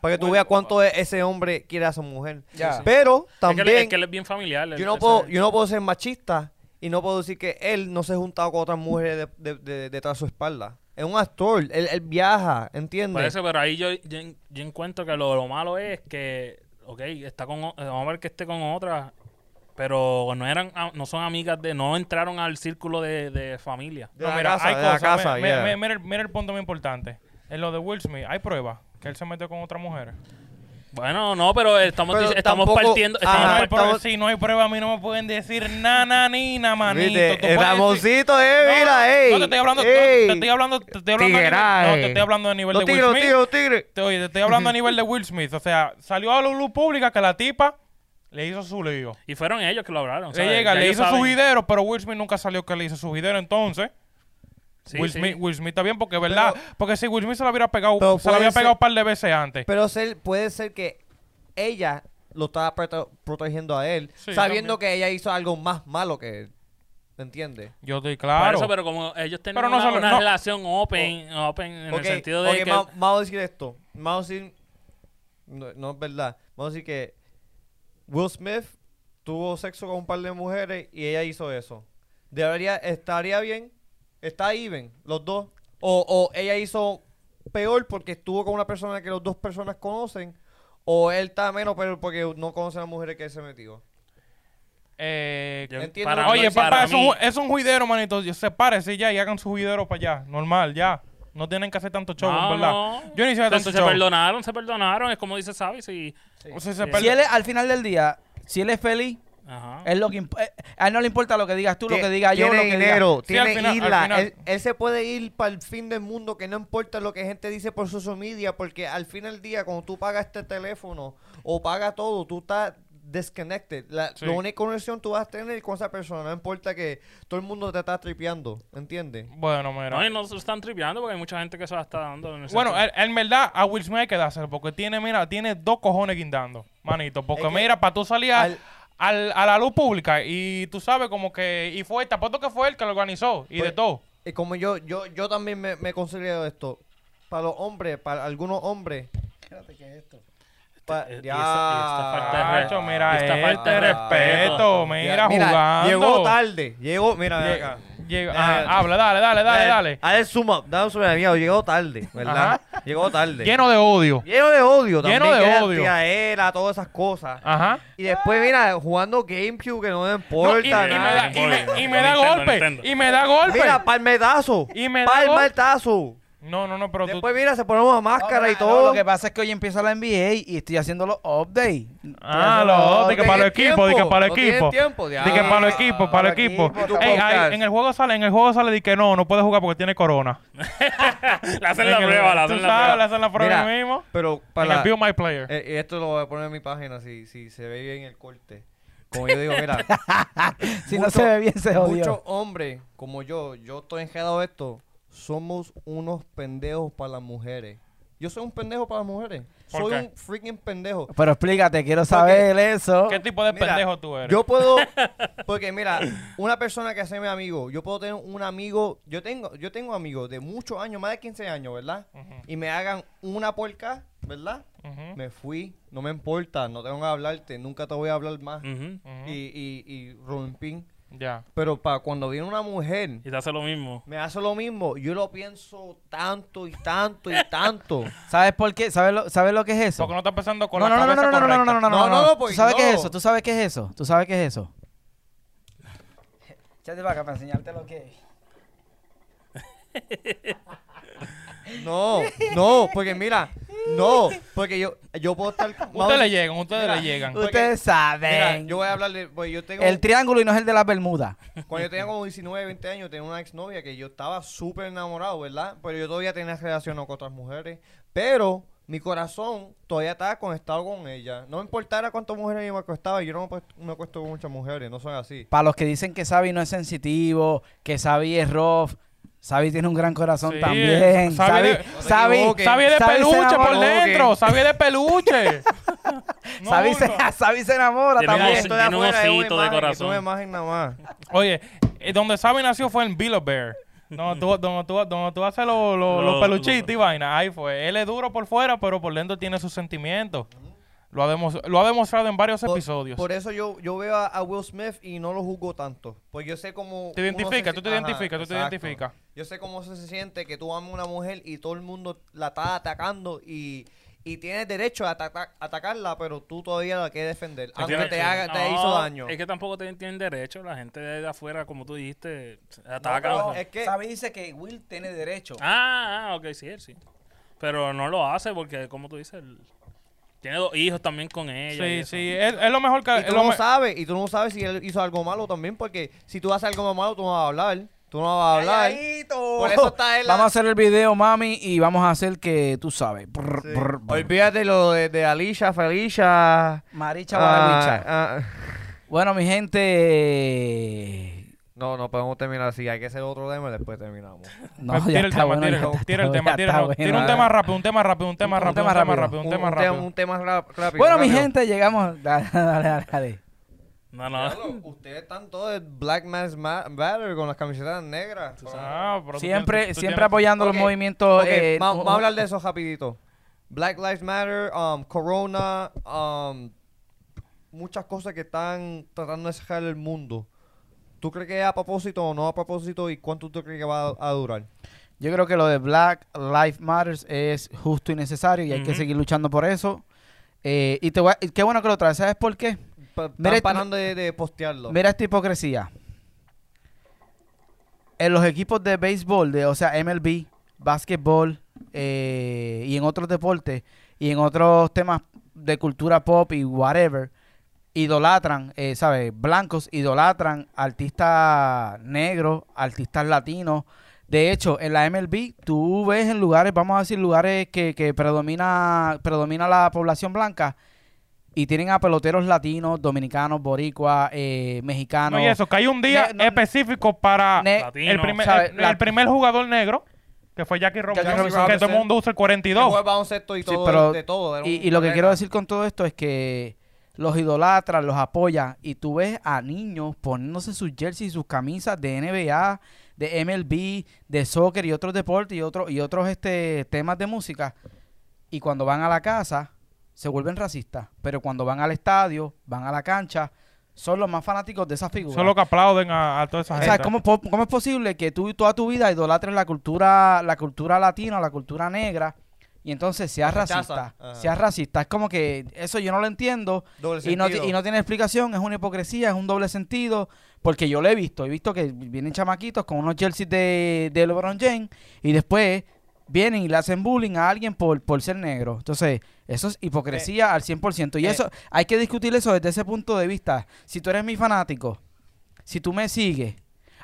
[SPEAKER 1] Para que tú
[SPEAKER 2] Bueno,
[SPEAKER 1] veas cuánto e- ese hombre quiere a su mujer.
[SPEAKER 3] Ya.
[SPEAKER 1] Pero también,
[SPEAKER 4] es, que él, es que él es bien familiar. él-
[SPEAKER 1] yo, no
[SPEAKER 4] él
[SPEAKER 1] puedo,
[SPEAKER 4] se-
[SPEAKER 1] yo no puedo ser machista y no puedo decir que él no se ha juntado con otras mujeres de- de- de- de- detrás de su espalda. Es un actor, él, él viaja, ¿entiendes?
[SPEAKER 4] Por eso, pero ahí yo, yo, en- yo encuentro que lo, lo malo es que, ok, está con, o- vamos a ver que esté con otra, pero no eran, a- no son amigas de, no entraron al círculo de, de familia.
[SPEAKER 1] De la
[SPEAKER 2] mira,
[SPEAKER 1] casa,
[SPEAKER 2] hay
[SPEAKER 1] de la
[SPEAKER 2] cosas.
[SPEAKER 1] casa,
[SPEAKER 2] mira, mira,
[SPEAKER 1] yeah.
[SPEAKER 2] mira el, mira el punto muy importante. En lo de Will Smith, hay pruebas que él se metió con otra mujer.
[SPEAKER 4] Bueno, no, pero estamos,
[SPEAKER 1] Pero
[SPEAKER 4] dic- estamos
[SPEAKER 1] tampoco-
[SPEAKER 4] partiendo,
[SPEAKER 1] Ah,
[SPEAKER 2] si,
[SPEAKER 4] estamos
[SPEAKER 2] no hay
[SPEAKER 1] pero
[SPEAKER 2] prueba,
[SPEAKER 1] estamos-
[SPEAKER 2] si no hay prueba, a mí no me pueden decir nana ni na, manito.
[SPEAKER 1] Viste,
[SPEAKER 2] Tú puedes
[SPEAKER 1] el Ramoncito,
[SPEAKER 2] decir-
[SPEAKER 1] eh, mira, ey.
[SPEAKER 2] No, te estoy hablando, no,
[SPEAKER 1] ey.
[SPEAKER 2] te estoy hablando, te estoy hablando, a nivel-
[SPEAKER 1] Tigueraje.
[SPEAKER 2] no, te estoy hablando a nivel
[SPEAKER 1] Los
[SPEAKER 2] de Will
[SPEAKER 1] tigres, los
[SPEAKER 2] Smith.
[SPEAKER 1] tigres, los tigres.
[SPEAKER 2] Te, oye, te estoy hablando a nivel de Will Smith. O sea, salió a la luz pública que la tipa le hizo su lío.
[SPEAKER 4] Y fueron ellos que lo hablaron.
[SPEAKER 2] Le
[SPEAKER 4] ¿sabes?
[SPEAKER 2] llega,
[SPEAKER 4] Ya
[SPEAKER 2] le
[SPEAKER 4] ellos
[SPEAKER 2] hizo
[SPEAKER 4] saben.
[SPEAKER 2] su videro, pero Will Smith nunca salió que le hizo su videro. Entonces,
[SPEAKER 4] Sí,
[SPEAKER 2] Will,
[SPEAKER 4] sí.
[SPEAKER 2] Smith, Will Smith está bien, porque es verdad. porque si Will Smith se la hubiera pegado,
[SPEAKER 1] Pero
[SPEAKER 2] se la había
[SPEAKER 1] puede ser-
[SPEAKER 2] pegado un par de veces antes.
[SPEAKER 1] Pero ser- puede ser que ella lo estaba prote- protegiendo a él,
[SPEAKER 2] Sí,
[SPEAKER 1] sabiendo
[SPEAKER 2] también.
[SPEAKER 1] que ella hizo algo más malo que él. ¿Me entiendes?
[SPEAKER 2] Yo estoy
[SPEAKER 4] Por
[SPEAKER 2] claro.
[SPEAKER 4] eso, pero como ellos tenían
[SPEAKER 2] Pero no
[SPEAKER 4] una,
[SPEAKER 2] solo-
[SPEAKER 4] una
[SPEAKER 2] no.
[SPEAKER 4] relación open, open en
[SPEAKER 1] Ok,
[SPEAKER 4] el sentido de
[SPEAKER 1] ok,
[SPEAKER 4] que...
[SPEAKER 1] ma- vamos a decir esto. Vamos a decir. No, no es verdad. Vamos a decir que Will Smith tuvo sexo con un par de mujeres y ella hizo eso. Debería, estaría bien. Está even, los dos. O, o ella hizo peor porque estuvo con una persona que las dos personas conocen. O él está menos, pero porque no conoce a las mujeres que él se metió.
[SPEAKER 2] Eh,
[SPEAKER 4] Yo-
[SPEAKER 1] Entiendo.
[SPEAKER 4] para
[SPEAKER 2] Oye,
[SPEAKER 4] mí-
[SPEAKER 2] papá,
[SPEAKER 4] para
[SPEAKER 2] es, un,
[SPEAKER 4] mí-
[SPEAKER 2] ju- es un juidero, manito. Yo- Sepárese ya y hagan su juidero para allá. Normal, ya. No tienen que hacer tanto show,
[SPEAKER 4] No,
[SPEAKER 2] ¿verdad?
[SPEAKER 4] no.
[SPEAKER 2] Yo ni siquiera tanto
[SPEAKER 4] Entonces se
[SPEAKER 2] show.
[SPEAKER 4] perdonaron, se perdonaron. Es como dice Sabi, si...
[SPEAKER 2] O sea, se
[SPEAKER 4] Sí.
[SPEAKER 2] perdo-
[SPEAKER 3] Si él es- al final del día, si él es feliz,
[SPEAKER 4] Ajá.
[SPEAKER 3] es lo que imp- eh, a él no le importa lo que digas tú, lo que diga yo, lo
[SPEAKER 1] tiene
[SPEAKER 3] que
[SPEAKER 1] dinero,
[SPEAKER 2] Sí, al
[SPEAKER 1] tiene
[SPEAKER 2] final- al
[SPEAKER 1] isla.
[SPEAKER 2] final.
[SPEAKER 1] Él, él se puede ir para el fin del mundo, que no importa lo que gente dice por social media, porque al fin del día, cuando tú pagas este teléfono o pagas todo, tú estás disconnected. La,
[SPEAKER 2] Sí.
[SPEAKER 1] la única conexión tú vas a tener con esa persona, no importa que todo el mundo te está tripeando, ¿entiendes?
[SPEAKER 2] Bueno, mira.
[SPEAKER 4] No, y no se están tripeando porque hay mucha gente que se la está dando. En el
[SPEAKER 2] Bueno, eh,
[SPEAKER 4] sentido-
[SPEAKER 2] en, en verdad, a Will Smith hay que dárselo porque tiene, mira, tiene dos cojones guindando, manito. Porque
[SPEAKER 1] Es que
[SPEAKER 2] mira, para tú salir a,
[SPEAKER 1] al-
[SPEAKER 2] al- a la luz pública y tú sabes como que... Y fue, te apuesto que fue él que lo organizó y de
[SPEAKER 1] Pues-
[SPEAKER 2] todo.
[SPEAKER 1] Y como yo, yo, yo también me, me considero esto, para los hombres, para algunos hombres. Pa-
[SPEAKER 4] Este, eh, Y esta- y
[SPEAKER 1] ya.
[SPEAKER 4] esta falta de re-
[SPEAKER 2] Cacho, mira,
[SPEAKER 4] y esta Ah, falta de
[SPEAKER 2] este respeto, mira, jugando.
[SPEAKER 1] Llegó tarde, llegó, mira, ven
[SPEAKER 2] Llega,
[SPEAKER 1] acá.
[SPEAKER 2] llega-
[SPEAKER 1] Ah,
[SPEAKER 2] ah, habla, dale, dale, dale, dale.
[SPEAKER 1] A ver, suma, dame su miedo. Llegó tarde, ¿verdad? Llegó tarde.
[SPEAKER 2] Lleno de odio.
[SPEAKER 1] Lleno de odio
[SPEAKER 2] Lleno
[SPEAKER 1] también.
[SPEAKER 2] de
[SPEAKER 1] que era
[SPEAKER 2] odio. Ah.
[SPEAKER 1] tiraera, todas esas cosas.
[SPEAKER 2] Ajá.
[SPEAKER 1] Y después, mira, jugando GameCube que no me importa.
[SPEAKER 2] No, y, y me
[SPEAKER 1] nada.
[SPEAKER 2] da, y me- y me da
[SPEAKER 4] Nintendo,
[SPEAKER 2] golpe.
[SPEAKER 4] Nintendo.
[SPEAKER 2] Y me da golpe.
[SPEAKER 1] Mira, palmetazo.
[SPEAKER 2] Y me da
[SPEAKER 1] palmetazo.
[SPEAKER 2] No, no, no, pero tú...
[SPEAKER 1] Después, mira, se ponemos
[SPEAKER 3] diga.
[SPEAKER 1] máscara y
[SPEAKER 3] No,
[SPEAKER 1] todo.
[SPEAKER 3] lo que pasa es que hoy empieza la NBA y estoy haciendo los updates. Estoy
[SPEAKER 2] Ah,
[SPEAKER 3] haciendo
[SPEAKER 2] los otros, que
[SPEAKER 1] tienen
[SPEAKER 2] para los equipos, di que
[SPEAKER 1] tiempo,
[SPEAKER 2] para
[SPEAKER 1] no
[SPEAKER 2] los
[SPEAKER 1] tienen
[SPEAKER 2] equipos.
[SPEAKER 1] tiempo,
[SPEAKER 3] Ah,
[SPEAKER 2] Di que
[SPEAKER 1] diablo.
[SPEAKER 2] para los equipos, para los equipos.
[SPEAKER 1] equipos,
[SPEAKER 2] Ey,
[SPEAKER 1] tú
[SPEAKER 2] ahí,
[SPEAKER 1] podcast.
[SPEAKER 2] en el juego sale, en el juego sale de que no, no puede jugar porque tiene corona.
[SPEAKER 4] Le hacen
[SPEAKER 2] En
[SPEAKER 4] la
[SPEAKER 2] el-
[SPEAKER 4] prueba, le
[SPEAKER 2] tú
[SPEAKER 4] hacen la
[SPEAKER 2] sabes,
[SPEAKER 4] prueba.
[SPEAKER 2] le hacen la prueba
[SPEAKER 1] Mira,
[SPEAKER 2] ahí mismo.
[SPEAKER 1] Pero
[SPEAKER 2] En el
[SPEAKER 1] para.
[SPEAKER 2] View My Player.
[SPEAKER 1] Eh, y esto lo voy a poner en mi página si, si se ve bien el corte. Como yo digo, mira.
[SPEAKER 3] Si no se ve bien, se jodió.
[SPEAKER 1] Muchos hombres, como yo, yo estoy enredado de esto, somos unos pendejos para las mujeres. Yo soy un pendejo para las mujeres.
[SPEAKER 2] ¿Por
[SPEAKER 1] Soy
[SPEAKER 2] qué?
[SPEAKER 1] un freaking pendejo.
[SPEAKER 3] Pero explícate, quiero saber eso.
[SPEAKER 2] ¿Qué tipo de
[SPEAKER 1] Mira,
[SPEAKER 2] pendejo tú eres?
[SPEAKER 1] Yo puedo, porque mira, una persona que se mi amigo, yo puedo tener un amigo, yo tengo, yo tengo amigos de muchos años, más de 15 años, ¿verdad?
[SPEAKER 2] Ujú,
[SPEAKER 1] Y me hagan una porca, ¿verdad?
[SPEAKER 2] ujú,
[SPEAKER 1] Me fui, no me importa, no tengo que hablarte, nunca te voy a hablar más.
[SPEAKER 4] Ujú.
[SPEAKER 2] Mm. ujú.
[SPEAKER 1] Y, y, y rompí.
[SPEAKER 2] Ya.
[SPEAKER 1] Pero para cuando viene una mujer,
[SPEAKER 4] Y te hace lo mismo.
[SPEAKER 1] Me hace lo mismo. Yo lo pienso tanto y tanto y tanto.
[SPEAKER 3] ¿Sabes por qué? ¿Sabes lo, ¿Sabes lo que es eso?
[SPEAKER 2] Porque no está pensando con
[SPEAKER 3] no,
[SPEAKER 2] la
[SPEAKER 3] no, no,
[SPEAKER 2] cabeza
[SPEAKER 3] no, no, no, no, no,
[SPEAKER 2] correcta.
[SPEAKER 3] no,
[SPEAKER 1] No,
[SPEAKER 3] no,
[SPEAKER 1] no, no,
[SPEAKER 3] ¿Tú
[SPEAKER 1] pues,
[SPEAKER 3] sabes qué es
[SPEAKER 1] no.
[SPEAKER 3] eso? ¿Tú sabes qué es eso? ¿Tú sabes qué es eso? Échate para acá para enseñarte lo que es.
[SPEAKER 1] No, no, porque mira, no, porque yo, yo puedo estar.
[SPEAKER 2] Ustedes le llegan, ustedes le llegan.
[SPEAKER 1] Porque-
[SPEAKER 3] Ustedes
[SPEAKER 1] Mira,
[SPEAKER 3] saben.
[SPEAKER 1] yo voy a hablar de. Pues yo tengo.
[SPEAKER 3] El triángulo y no es el de las Bermudas.
[SPEAKER 1] Cuando yo tenía como 19, 20 años, tenía una exnovia que yo estaba súper enamorado, ¿verdad? Pero yo todavía tenía relación con otras mujeres. Pero mi corazón todavía estaba conectado con ella. No me importara cuántas mujeres yo me acostaba, yo no me acuesto- me acuesto con muchas mujeres, no soy así.
[SPEAKER 3] Para los que dicen que Xavi no es sensitivo, que Xavi es rough, Xavi tiene un gran corazón
[SPEAKER 2] Sí, Xavi
[SPEAKER 3] también. Xavi,
[SPEAKER 2] de-
[SPEAKER 1] No te
[SPEAKER 3] Xavi,
[SPEAKER 1] equivoques.
[SPEAKER 2] Sabía de
[SPEAKER 3] Xavi se
[SPEAKER 2] peluche por
[SPEAKER 3] enamoró.
[SPEAKER 1] de-
[SPEAKER 2] dentro. Sabía de peluche. No,
[SPEAKER 3] Xavi se,
[SPEAKER 2] burla.
[SPEAKER 3] Xavi se enamora
[SPEAKER 4] Tiene
[SPEAKER 3] también.
[SPEAKER 4] unos- tiene un
[SPEAKER 1] afuera es una
[SPEAKER 4] osito de
[SPEAKER 1] imagen, es
[SPEAKER 4] corazón.
[SPEAKER 1] una imagen nada más.
[SPEAKER 2] Oye, eh, donde Sabi nació fue en Bill Bear. Donde tú, donde tú, donde tú haces los los- los
[SPEAKER 4] Lo-
[SPEAKER 2] peluchitos y vaina. Ahí fue. Él es duro por fuera, pero por dentro tiene sus sentimientos. Lo ha, demos- lo ha demostrado en varios
[SPEAKER 1] Por-
[SPEAKER 2] episodios.
[SPEAKER 1] Por eso yo, yo veo a, a Will Smith y no lo juzgo tanto. Pues yo sé cómo.
[SPEAKER 2] Te
[SPEAKER 1] uno
[SPEAKER 2] identifica,
[SPEAKER 1] se-
[SPEAKER 2] tú te
[SPEAKER 1] Ajá,
[SPEAKER 2] identificas, tú te
[SPEAKER 1] exacto.
[SPEAKER 2] identificas.
[SPEAKER 1] Yo sé cómo se, se siente que tú amas a una mujer y todo el mundo la está atacando y, y tienes derecho a ataca- atacarla, pero tú todavía la quieres defender. Aunque
[SPEAKER 4] Tiene-
[SPEAKER 1] te, haga, te
[SPEAKER 4] No,
[SPEAKER 1] hizo daño.
[SPEAKER 4] Es que tampoco te- tienen derecho. La gente de afuera, como tú dijiste,
[SPEAKER 1] No,
[SPEAKER 4] ataca.
[SPEAKER 1] pero es que
[SPEAKER 3] Xavi dice que Will tiene derecho.
[SPEAKER 4] Ah, ah, ok, sí, él sí. Pero no lo hace porque, como tú dices, él tiene dos hijos también con ella. y
[SPEAKER 2] Sí,
[SPEAKER 4] eso.
[SPEAKER 2] sí, eh. es, es lo mejor que...
[SPEAKER 1] y
[SPEAKER 2] es
[SPEAKER 1] tú
[SPEAKER 2] lo
[SPEAKER 1] no
[SPEAKER 2] me-
[SPEAKER 1] sabes, y tú no sabes si él hizo algo malo también, porque si tú haces algo malo, tú no vas a hablar. Tú no vas a hablar. Por eso está él.
[SPEAKER 3] Vamos a hacer el video, mami, y vamos a hacer que tú sabes. Brr,
[SPEAKER 1] Sí.
[SPEAKER 3] brr, brr.
[SPEAKER 1] Olvídate lo de, de Alicia, Felicia.
[SPEAKER 3] Maricha Barabicha.
[SPEAKER 1] Ah, ah.
[SPEAKER 3] Bueno, mi gente,
[SPEAKER 1] No, no podemos terminar así. Hay que hacer otro tema y después terminamos.
[SPEAKER 3] No,
[SPEAKER 2] Pues
[SPEAKER 3] ya
[SPEAKER 2] tira el
[SPEAKER 3] está
[SPEAKER 2] tema,
[SPEAKER 3] bueno,
[SPEAKER 2] tira,
[SPEAKER 3] ya
[SPEAKER 2] el-
[SPEAKER 3] está
[SPEAKER 2] tira el tema,
[SPEAKER 3] bueno,
[SPEAKER 2] tira,
[SPEAKER 3] ya
[SPEAKER 2] no,
[SPEAKER 3] está
[SPEAKER 2] tira
[SPEAKER 1] Ah,
[SPEAKER 2] un
[SPEAKER 3] bueno.
[SPEAKER 2] tema rápido, un tema rápido, un tema
[SPEAKER 3] Un
[SPEAKER 2] rápido,
[SPEAKER 3] tema
[SPEAKER 2] un tema
[SPEAKER 3] rápido.
[SPEAKER 2] rápido, Pues un
[SPEAKER 1] tema,
[SPEAKER 2] tema rápido.
[SPEAKER 1] un tema rap- rápido.
[SPEAKER 3] Bueno, mi
[SPEAKER 1] rápido.
[SPEAKER 3] gente, llegamos. Dale, dale, dale, dale.
[SPEAKER 4] No,
[SPEAKER 1] Diablo,
[SPEAKER 4] no.
[SPEAKER 1] Ustedes están todos de Black Lives Ma- Matter con las camisetas negras.
[SPEAKER 2] Ah, pero tú
[SPEAKER 3] Siempre,
[SPEAKER 2] tienes- tú
[SPEAKER 3] siempre
[SPEAKER 2] tienes-
[SPEAKER 3] apoyando
[SPEAKER 1] Ok,
[SPEAKER 3] los movimientos.
[SPEAKER 1] Ok,
[SPEAKER 3] eh,
[SPEAKER 1] ma-
[SPEAKER 3] un-
[SPEAKER 1] vamos a hablar de eso rapidito. Black Lives Matter, um, Corona, um, muchas cosas que están tratando de cerrar el mundo. ¿Tú crees que es a propósito o no a propósito? ¿Y cuánto tú crees que va a, a durar?
[SPEAKER 3] Yo creo que lo de Black Lives Matter es justo y necesario y hay que
[SPEAKER 2] Ujú.
[SPEAKER 3] seguir luchando por eso. Eh, y te voy a- y qué bueno que lo traes, ¿sabes por qué?
[SPEAKER 1] Pa- Están
[SPEAKER 3] Mira,
[SPEAKER 1] parando de, de postearlo.
[SPEAKER 3] Mira esta hipocresía. En los equipos de béisbol, de, o sea, MLB, básquetbol eh, y en otros deportes y en otros temas de cultura pop y whatever, idolatran, eh, ¿sabes? Blancos idolatran artistas negros, artistas latinos. De hecho, en la MLB tú ves en lugares, vamos a decir, lugares que, que predomina, predomina la población blanca y tienen a peloteros latinos, dominicanos, boricuas, eh, mexicanos.
[SPEAKER 2] No, y eso, que hay un día
[SPEAKER 3] Ne- no-
[SPEAKER 2] específico para
[SPEAKER 3] Ne-
[SPEAKER 4] Latino,
[SPEAKER 2] el, primer,
[SPEAKER 3] ¿sabe?
[SPEAKER 2] el,
[SPEAKER 3] La-
[SPEAKER 2] el primer jugador negro, que fue Jackie Robinson,
[SPEAKER 3] Jackie Robinson.
[SPEAKER 2] que todo el mundo usa el
[SPEAKER 1] Que juega
[SPEAKER 2] 42.
[SPEAKER 1] baloncesto y
[SPEAKER 3] Sí,
[SPEAKER 1] todo,
[SPEAKER 3] pero-
[SPEAKER 1] de todo. era
[SPEAKER 3] Y,
[SPEAKER 1] un-
[SPEAKER 3] y lo que
[SPEAKER 1] era-
[SPEAKER 3] quiero decir con todo esto es que los idolatran, los apoyan y tú ves a niños poniéndose sus jerseys y sus camisas de NBA, de MLB, de soccer y otros deportes y otros y otros este temas de música y cuando van a la casa se vuelven racistas, pero cuando van al estadio, van a la cancha, son los más fanáticos de esas figuras.
[SPEAKER 2] Son los que aplauden a, a toda esa
[SPEAKER 3] O
[SPEAKER 2] gente.
[SPEAKER 3] sea, ¿cómo, po- cómo es posible que tú toda tu vida idolatres la cultura, la cultura latina, la cultura negra, y entonces seas racista?
[SPEAKER 1] Rechaza. Ajá.
[SPEAKER 3] Seas racista. Es como que eso yo no lo entiendo
[SPEAKER 1] Doble
[SPEAKER 3] y no, ti-
[SPEAKER 1] sentido.
[SPEAKER 3] y no tiene explicación, es una hipocresía, es un doble sentido, porque yo lo he visto. He visto que vienen chamaquitos con unos jerseys de, de LeBron James y después vienen y le hacen bullying a alguien por, por ser negro. Entonces, eso es hipocresía al 100%. Y
[SPEAKER 1] eh.
[SPEAKER 3] eso, hay que discutir eso desde ese punto de vista. Si tú eres mi fanático, si tú me sigues,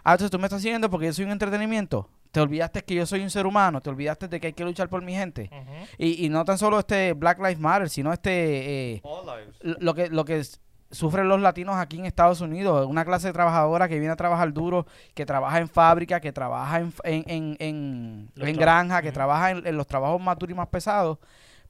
[SPEAKER 3] ah, entonces tú me estás siguiendo porque yo soy un entretenimiento. Te olvidaste que yo soy un ser humano, te olvidaste de que hay que luchar por mi
[SPEAKER 1] Mm.
[SPEAKER 3] gente.
[SPEAKER 2] Ujú.
[SPEAKER 3] Y, y no tan solo este Black Lives Matter, sino este... eh,
[SPEAKER 1] All lives.
[SPEAKER 3] l- lo que lo que s- sufren los latinos aquí en Estados Unidos, una clase de trabajadora que viene a trabajar duro, que trabaja en fábrica, que trabaja en, f- en, en, en-
[SPEAKER 4] Los
[SPEAKER 3] en
[SPEAKER 4] tra-
[SPEAKER 3] granja, que
[SPEAKER 2] Ujú.
[SPEAKER 3] trabaja en, en los trabajos más duros y más pesados,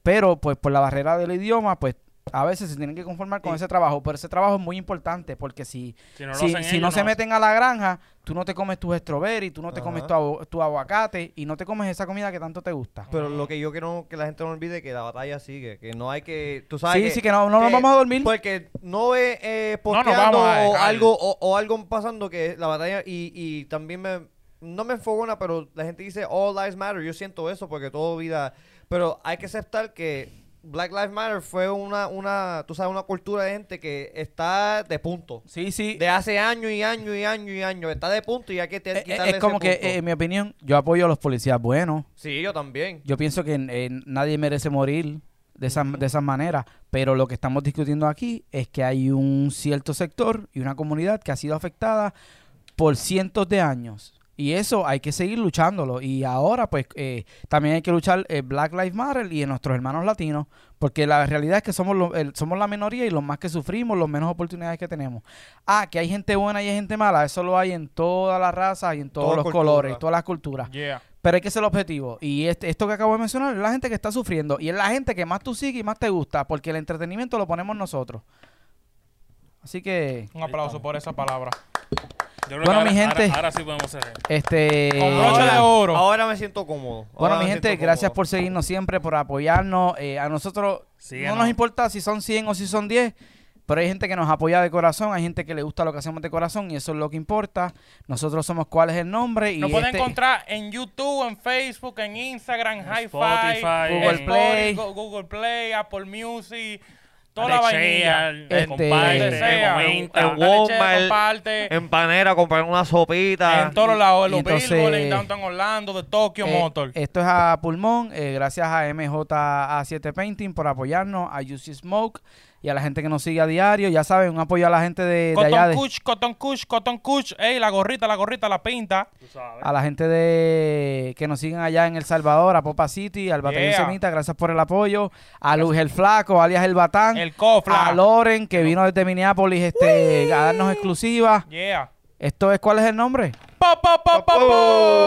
[SPEAKER 3] pero pues por la barrera del idioma, pues a veces se tienen que conformar con ese trabajo, pero ese trabajo es muy importante porque si
[SPEAKER 4] Si no, lo
[SPEAKER 3] si,
[SPEAKER 4] hacen
[SPEAKER 3] si
[SPEAKER 4] ellos,
[SPEAKER 3] no se
[SPEAKER 4] lo hacen.
[SPEAKER 3] meten a la granja, tú no te comes tus strawberries, tú no te comes
[SPEAKER 1] Ajá.
[SPEAKER 3] tu, abo- tu aguacate y no te comes esa comida que tanto te gusta.
[SPEAKER 1] Pero lo que yo quiero que la gente no olvide es que la batalla sigue, que no hay que, tú sabes
[SPEAKER 3] Sí, sí, que no, no nos vamos a dormir.
[SPEAKER 1] Porque no es eh,
[SPEAKER 2] No nos vamos
[SPEAKER 1] posteando
[SPEAKER 2] a
[SPEAKER 1] o
[SPEAKER 2] dejar.
[SPEAKER 1] algo o, o algo pasando que la batalla y, y también me no me enfogona, pero la gente dice all lives matter, yo siento eso porque toda vida, pero hay que aceptar que Black Lives Matter fue una una, tú sabes, una cultura de gente que está de punto.
[SPEAKER 3] Sí, sí.
[SPEAKER 1] De hace años y años y años y años, está de punto y hay que te-
[SPEAKER 3] Eh, eh,
[SPEAKER 1] quitarle
[SPEAKER 3] es como
[SPEAKER 1] ese
[SPEAKER 3] que,
[SPEAKER 1] punto.
[SPEAKER 3] eh, en mi opinión, yo apoyo a los policías buenos.
[SPEAKER 1] sí, yo también.
[SPEAKER 3] Yo pienso que eh, nadie merece morir de esa, de esa manera, pero lo que estamos discutiendo aquí es que hay un cierto sector y una comunidad que ha sido afectada por cientos de años. Y eso hay que seguir luchándolo. Y ahora, pues, eh, también hay que luchar eh, Black Lives Matter y en nuestros hermanos latinos, porque la realidad es que somos, lo- el- somos la minoría y los más que sufrimos, los menos oportunidades que tenemos. Ah, que hay gente buena y hay gente mala, eso lo hay en toda la raza y en todos
[SPEAKER 1] Toda
[SPEAKER 3] los
[SPEAKER 1] cultura.
[SPEAKER 3] colores, todas las culturas.
[SPEAKER 2] Yeah.
[SPEAKER 3] Pero hay que ser objetivo. Y este, esto que acabo de mencionar es la gente que está sufriendo. Y es la gente que más tú sigues y más te gusta. Porque el entretenimiento lo ponemos nosotros. Así que,
[SPEAKER 2] Un aplauso por esa palabra.
[SPEAKER 4] Yo creo que
[SPEAKER 3] Bueno, mi
[SPEAKER 4] ahora-
[SPEAKER 3] gente.
[SPEAKER 4] Ahora, ahora sí podemos cerrar.
[SPEAKER 3] este.
[SPEAKER 2] Con broche de oro.
[SPEAKER 1] Ahora me siento cómodo.
[SPEAKER 3] Bueno,
[SPEAKER 1] Ahora
[SPEAKER 3] mi
[SPEAKER 1] me
[SPEAKER 3] gente,
[SPEAKER 1] siento
[SPEAKER 3] gracias
[SPEAKER 1] cómodo.
[SPEAKER 3] por seguirnos siempre, por apoyarnos. Eh, a nosotros
[SPEAKER 4] Síguenos.
[SPEAKER 3] no nos importa si son 100 o si son 10, pero hay gente que nos apoya de corazón, hay gente que le gusta lo que hacemos de corazón y eso es lo que importa. Nosotros somos cuál es el nombre y
[SPEAKER 2] Lo pueden
[SPEAKER 3] este-
[SPEAKER 2] encontrar en YouTube, en Facebook, en Instagram, Hi-Fi,
[SPEAKER 4] Spotify,
[SPEAKER 3] Google
[SPEAKER 2] Spotify,
[SPEAKER 3] Play.
[SPEAKER 2] Go- Google Play, Apple Music, toda la vainilla.
[SPEAKER 4] vainilla.
[SPEAKER 3] Este,
[SPEAKER 4] Comparte,
[SPEAKER 3] Donde
[SPEAKER 2] sea.
[SPEAKER 4] comenta.
[SPEAKER 1] En
[SPEAKER 2] Dale, che,
[SPEAKER 1] Walmart,
[SPEAKER 2] comparte.
[SPEAKER 1] en panera comprar una sopita.
[SPEAKER 2] En todos lados, en los
[SPEAKER 3] Y entonces-
[SPEAKER 2] Billboard, en Downtown Orlando, de Tokyo
[SPEAKER 3] Eh,
[SPEAKER 2] Motor.
[SPEAKER 3] Esto es a pulmón. eh, gracias a MJA7 Painting por apoyarnos, a UC Smoke y a la gente que nos sigue a diario. Ya saben, un apoyo a la gente de, de allá,
[SPEAKER 2] Cotton
[SPEAKER 3] de-
[SPEAKER 2] Kush, Cotton Kush, Cotton Kush. Ey, la gorrita, la gorrita, la pinta.
[SPEAKER 4] Tú sabes.
[SPEAKER 3] a la gente de que nos siguen allá en El Salvador, a Popa City, al Batallón
[SPEAKER 2] Yeah.
[SPEAKER 3] Semita. Gracias por el apoyo. A Luis el Flaco, alias El Batán.
[SPEAKER 2] El cofla.
[SPEAKER 3] a Loren, que vino desde Minneapolis este, a darnos exclusivas.
[SPEAKER 2] Yeah.
[SPEAKER 3] Esto es, ¿cuál es el nombre?
[SPEAKER 2] Pa, pa, pa, pa, pa.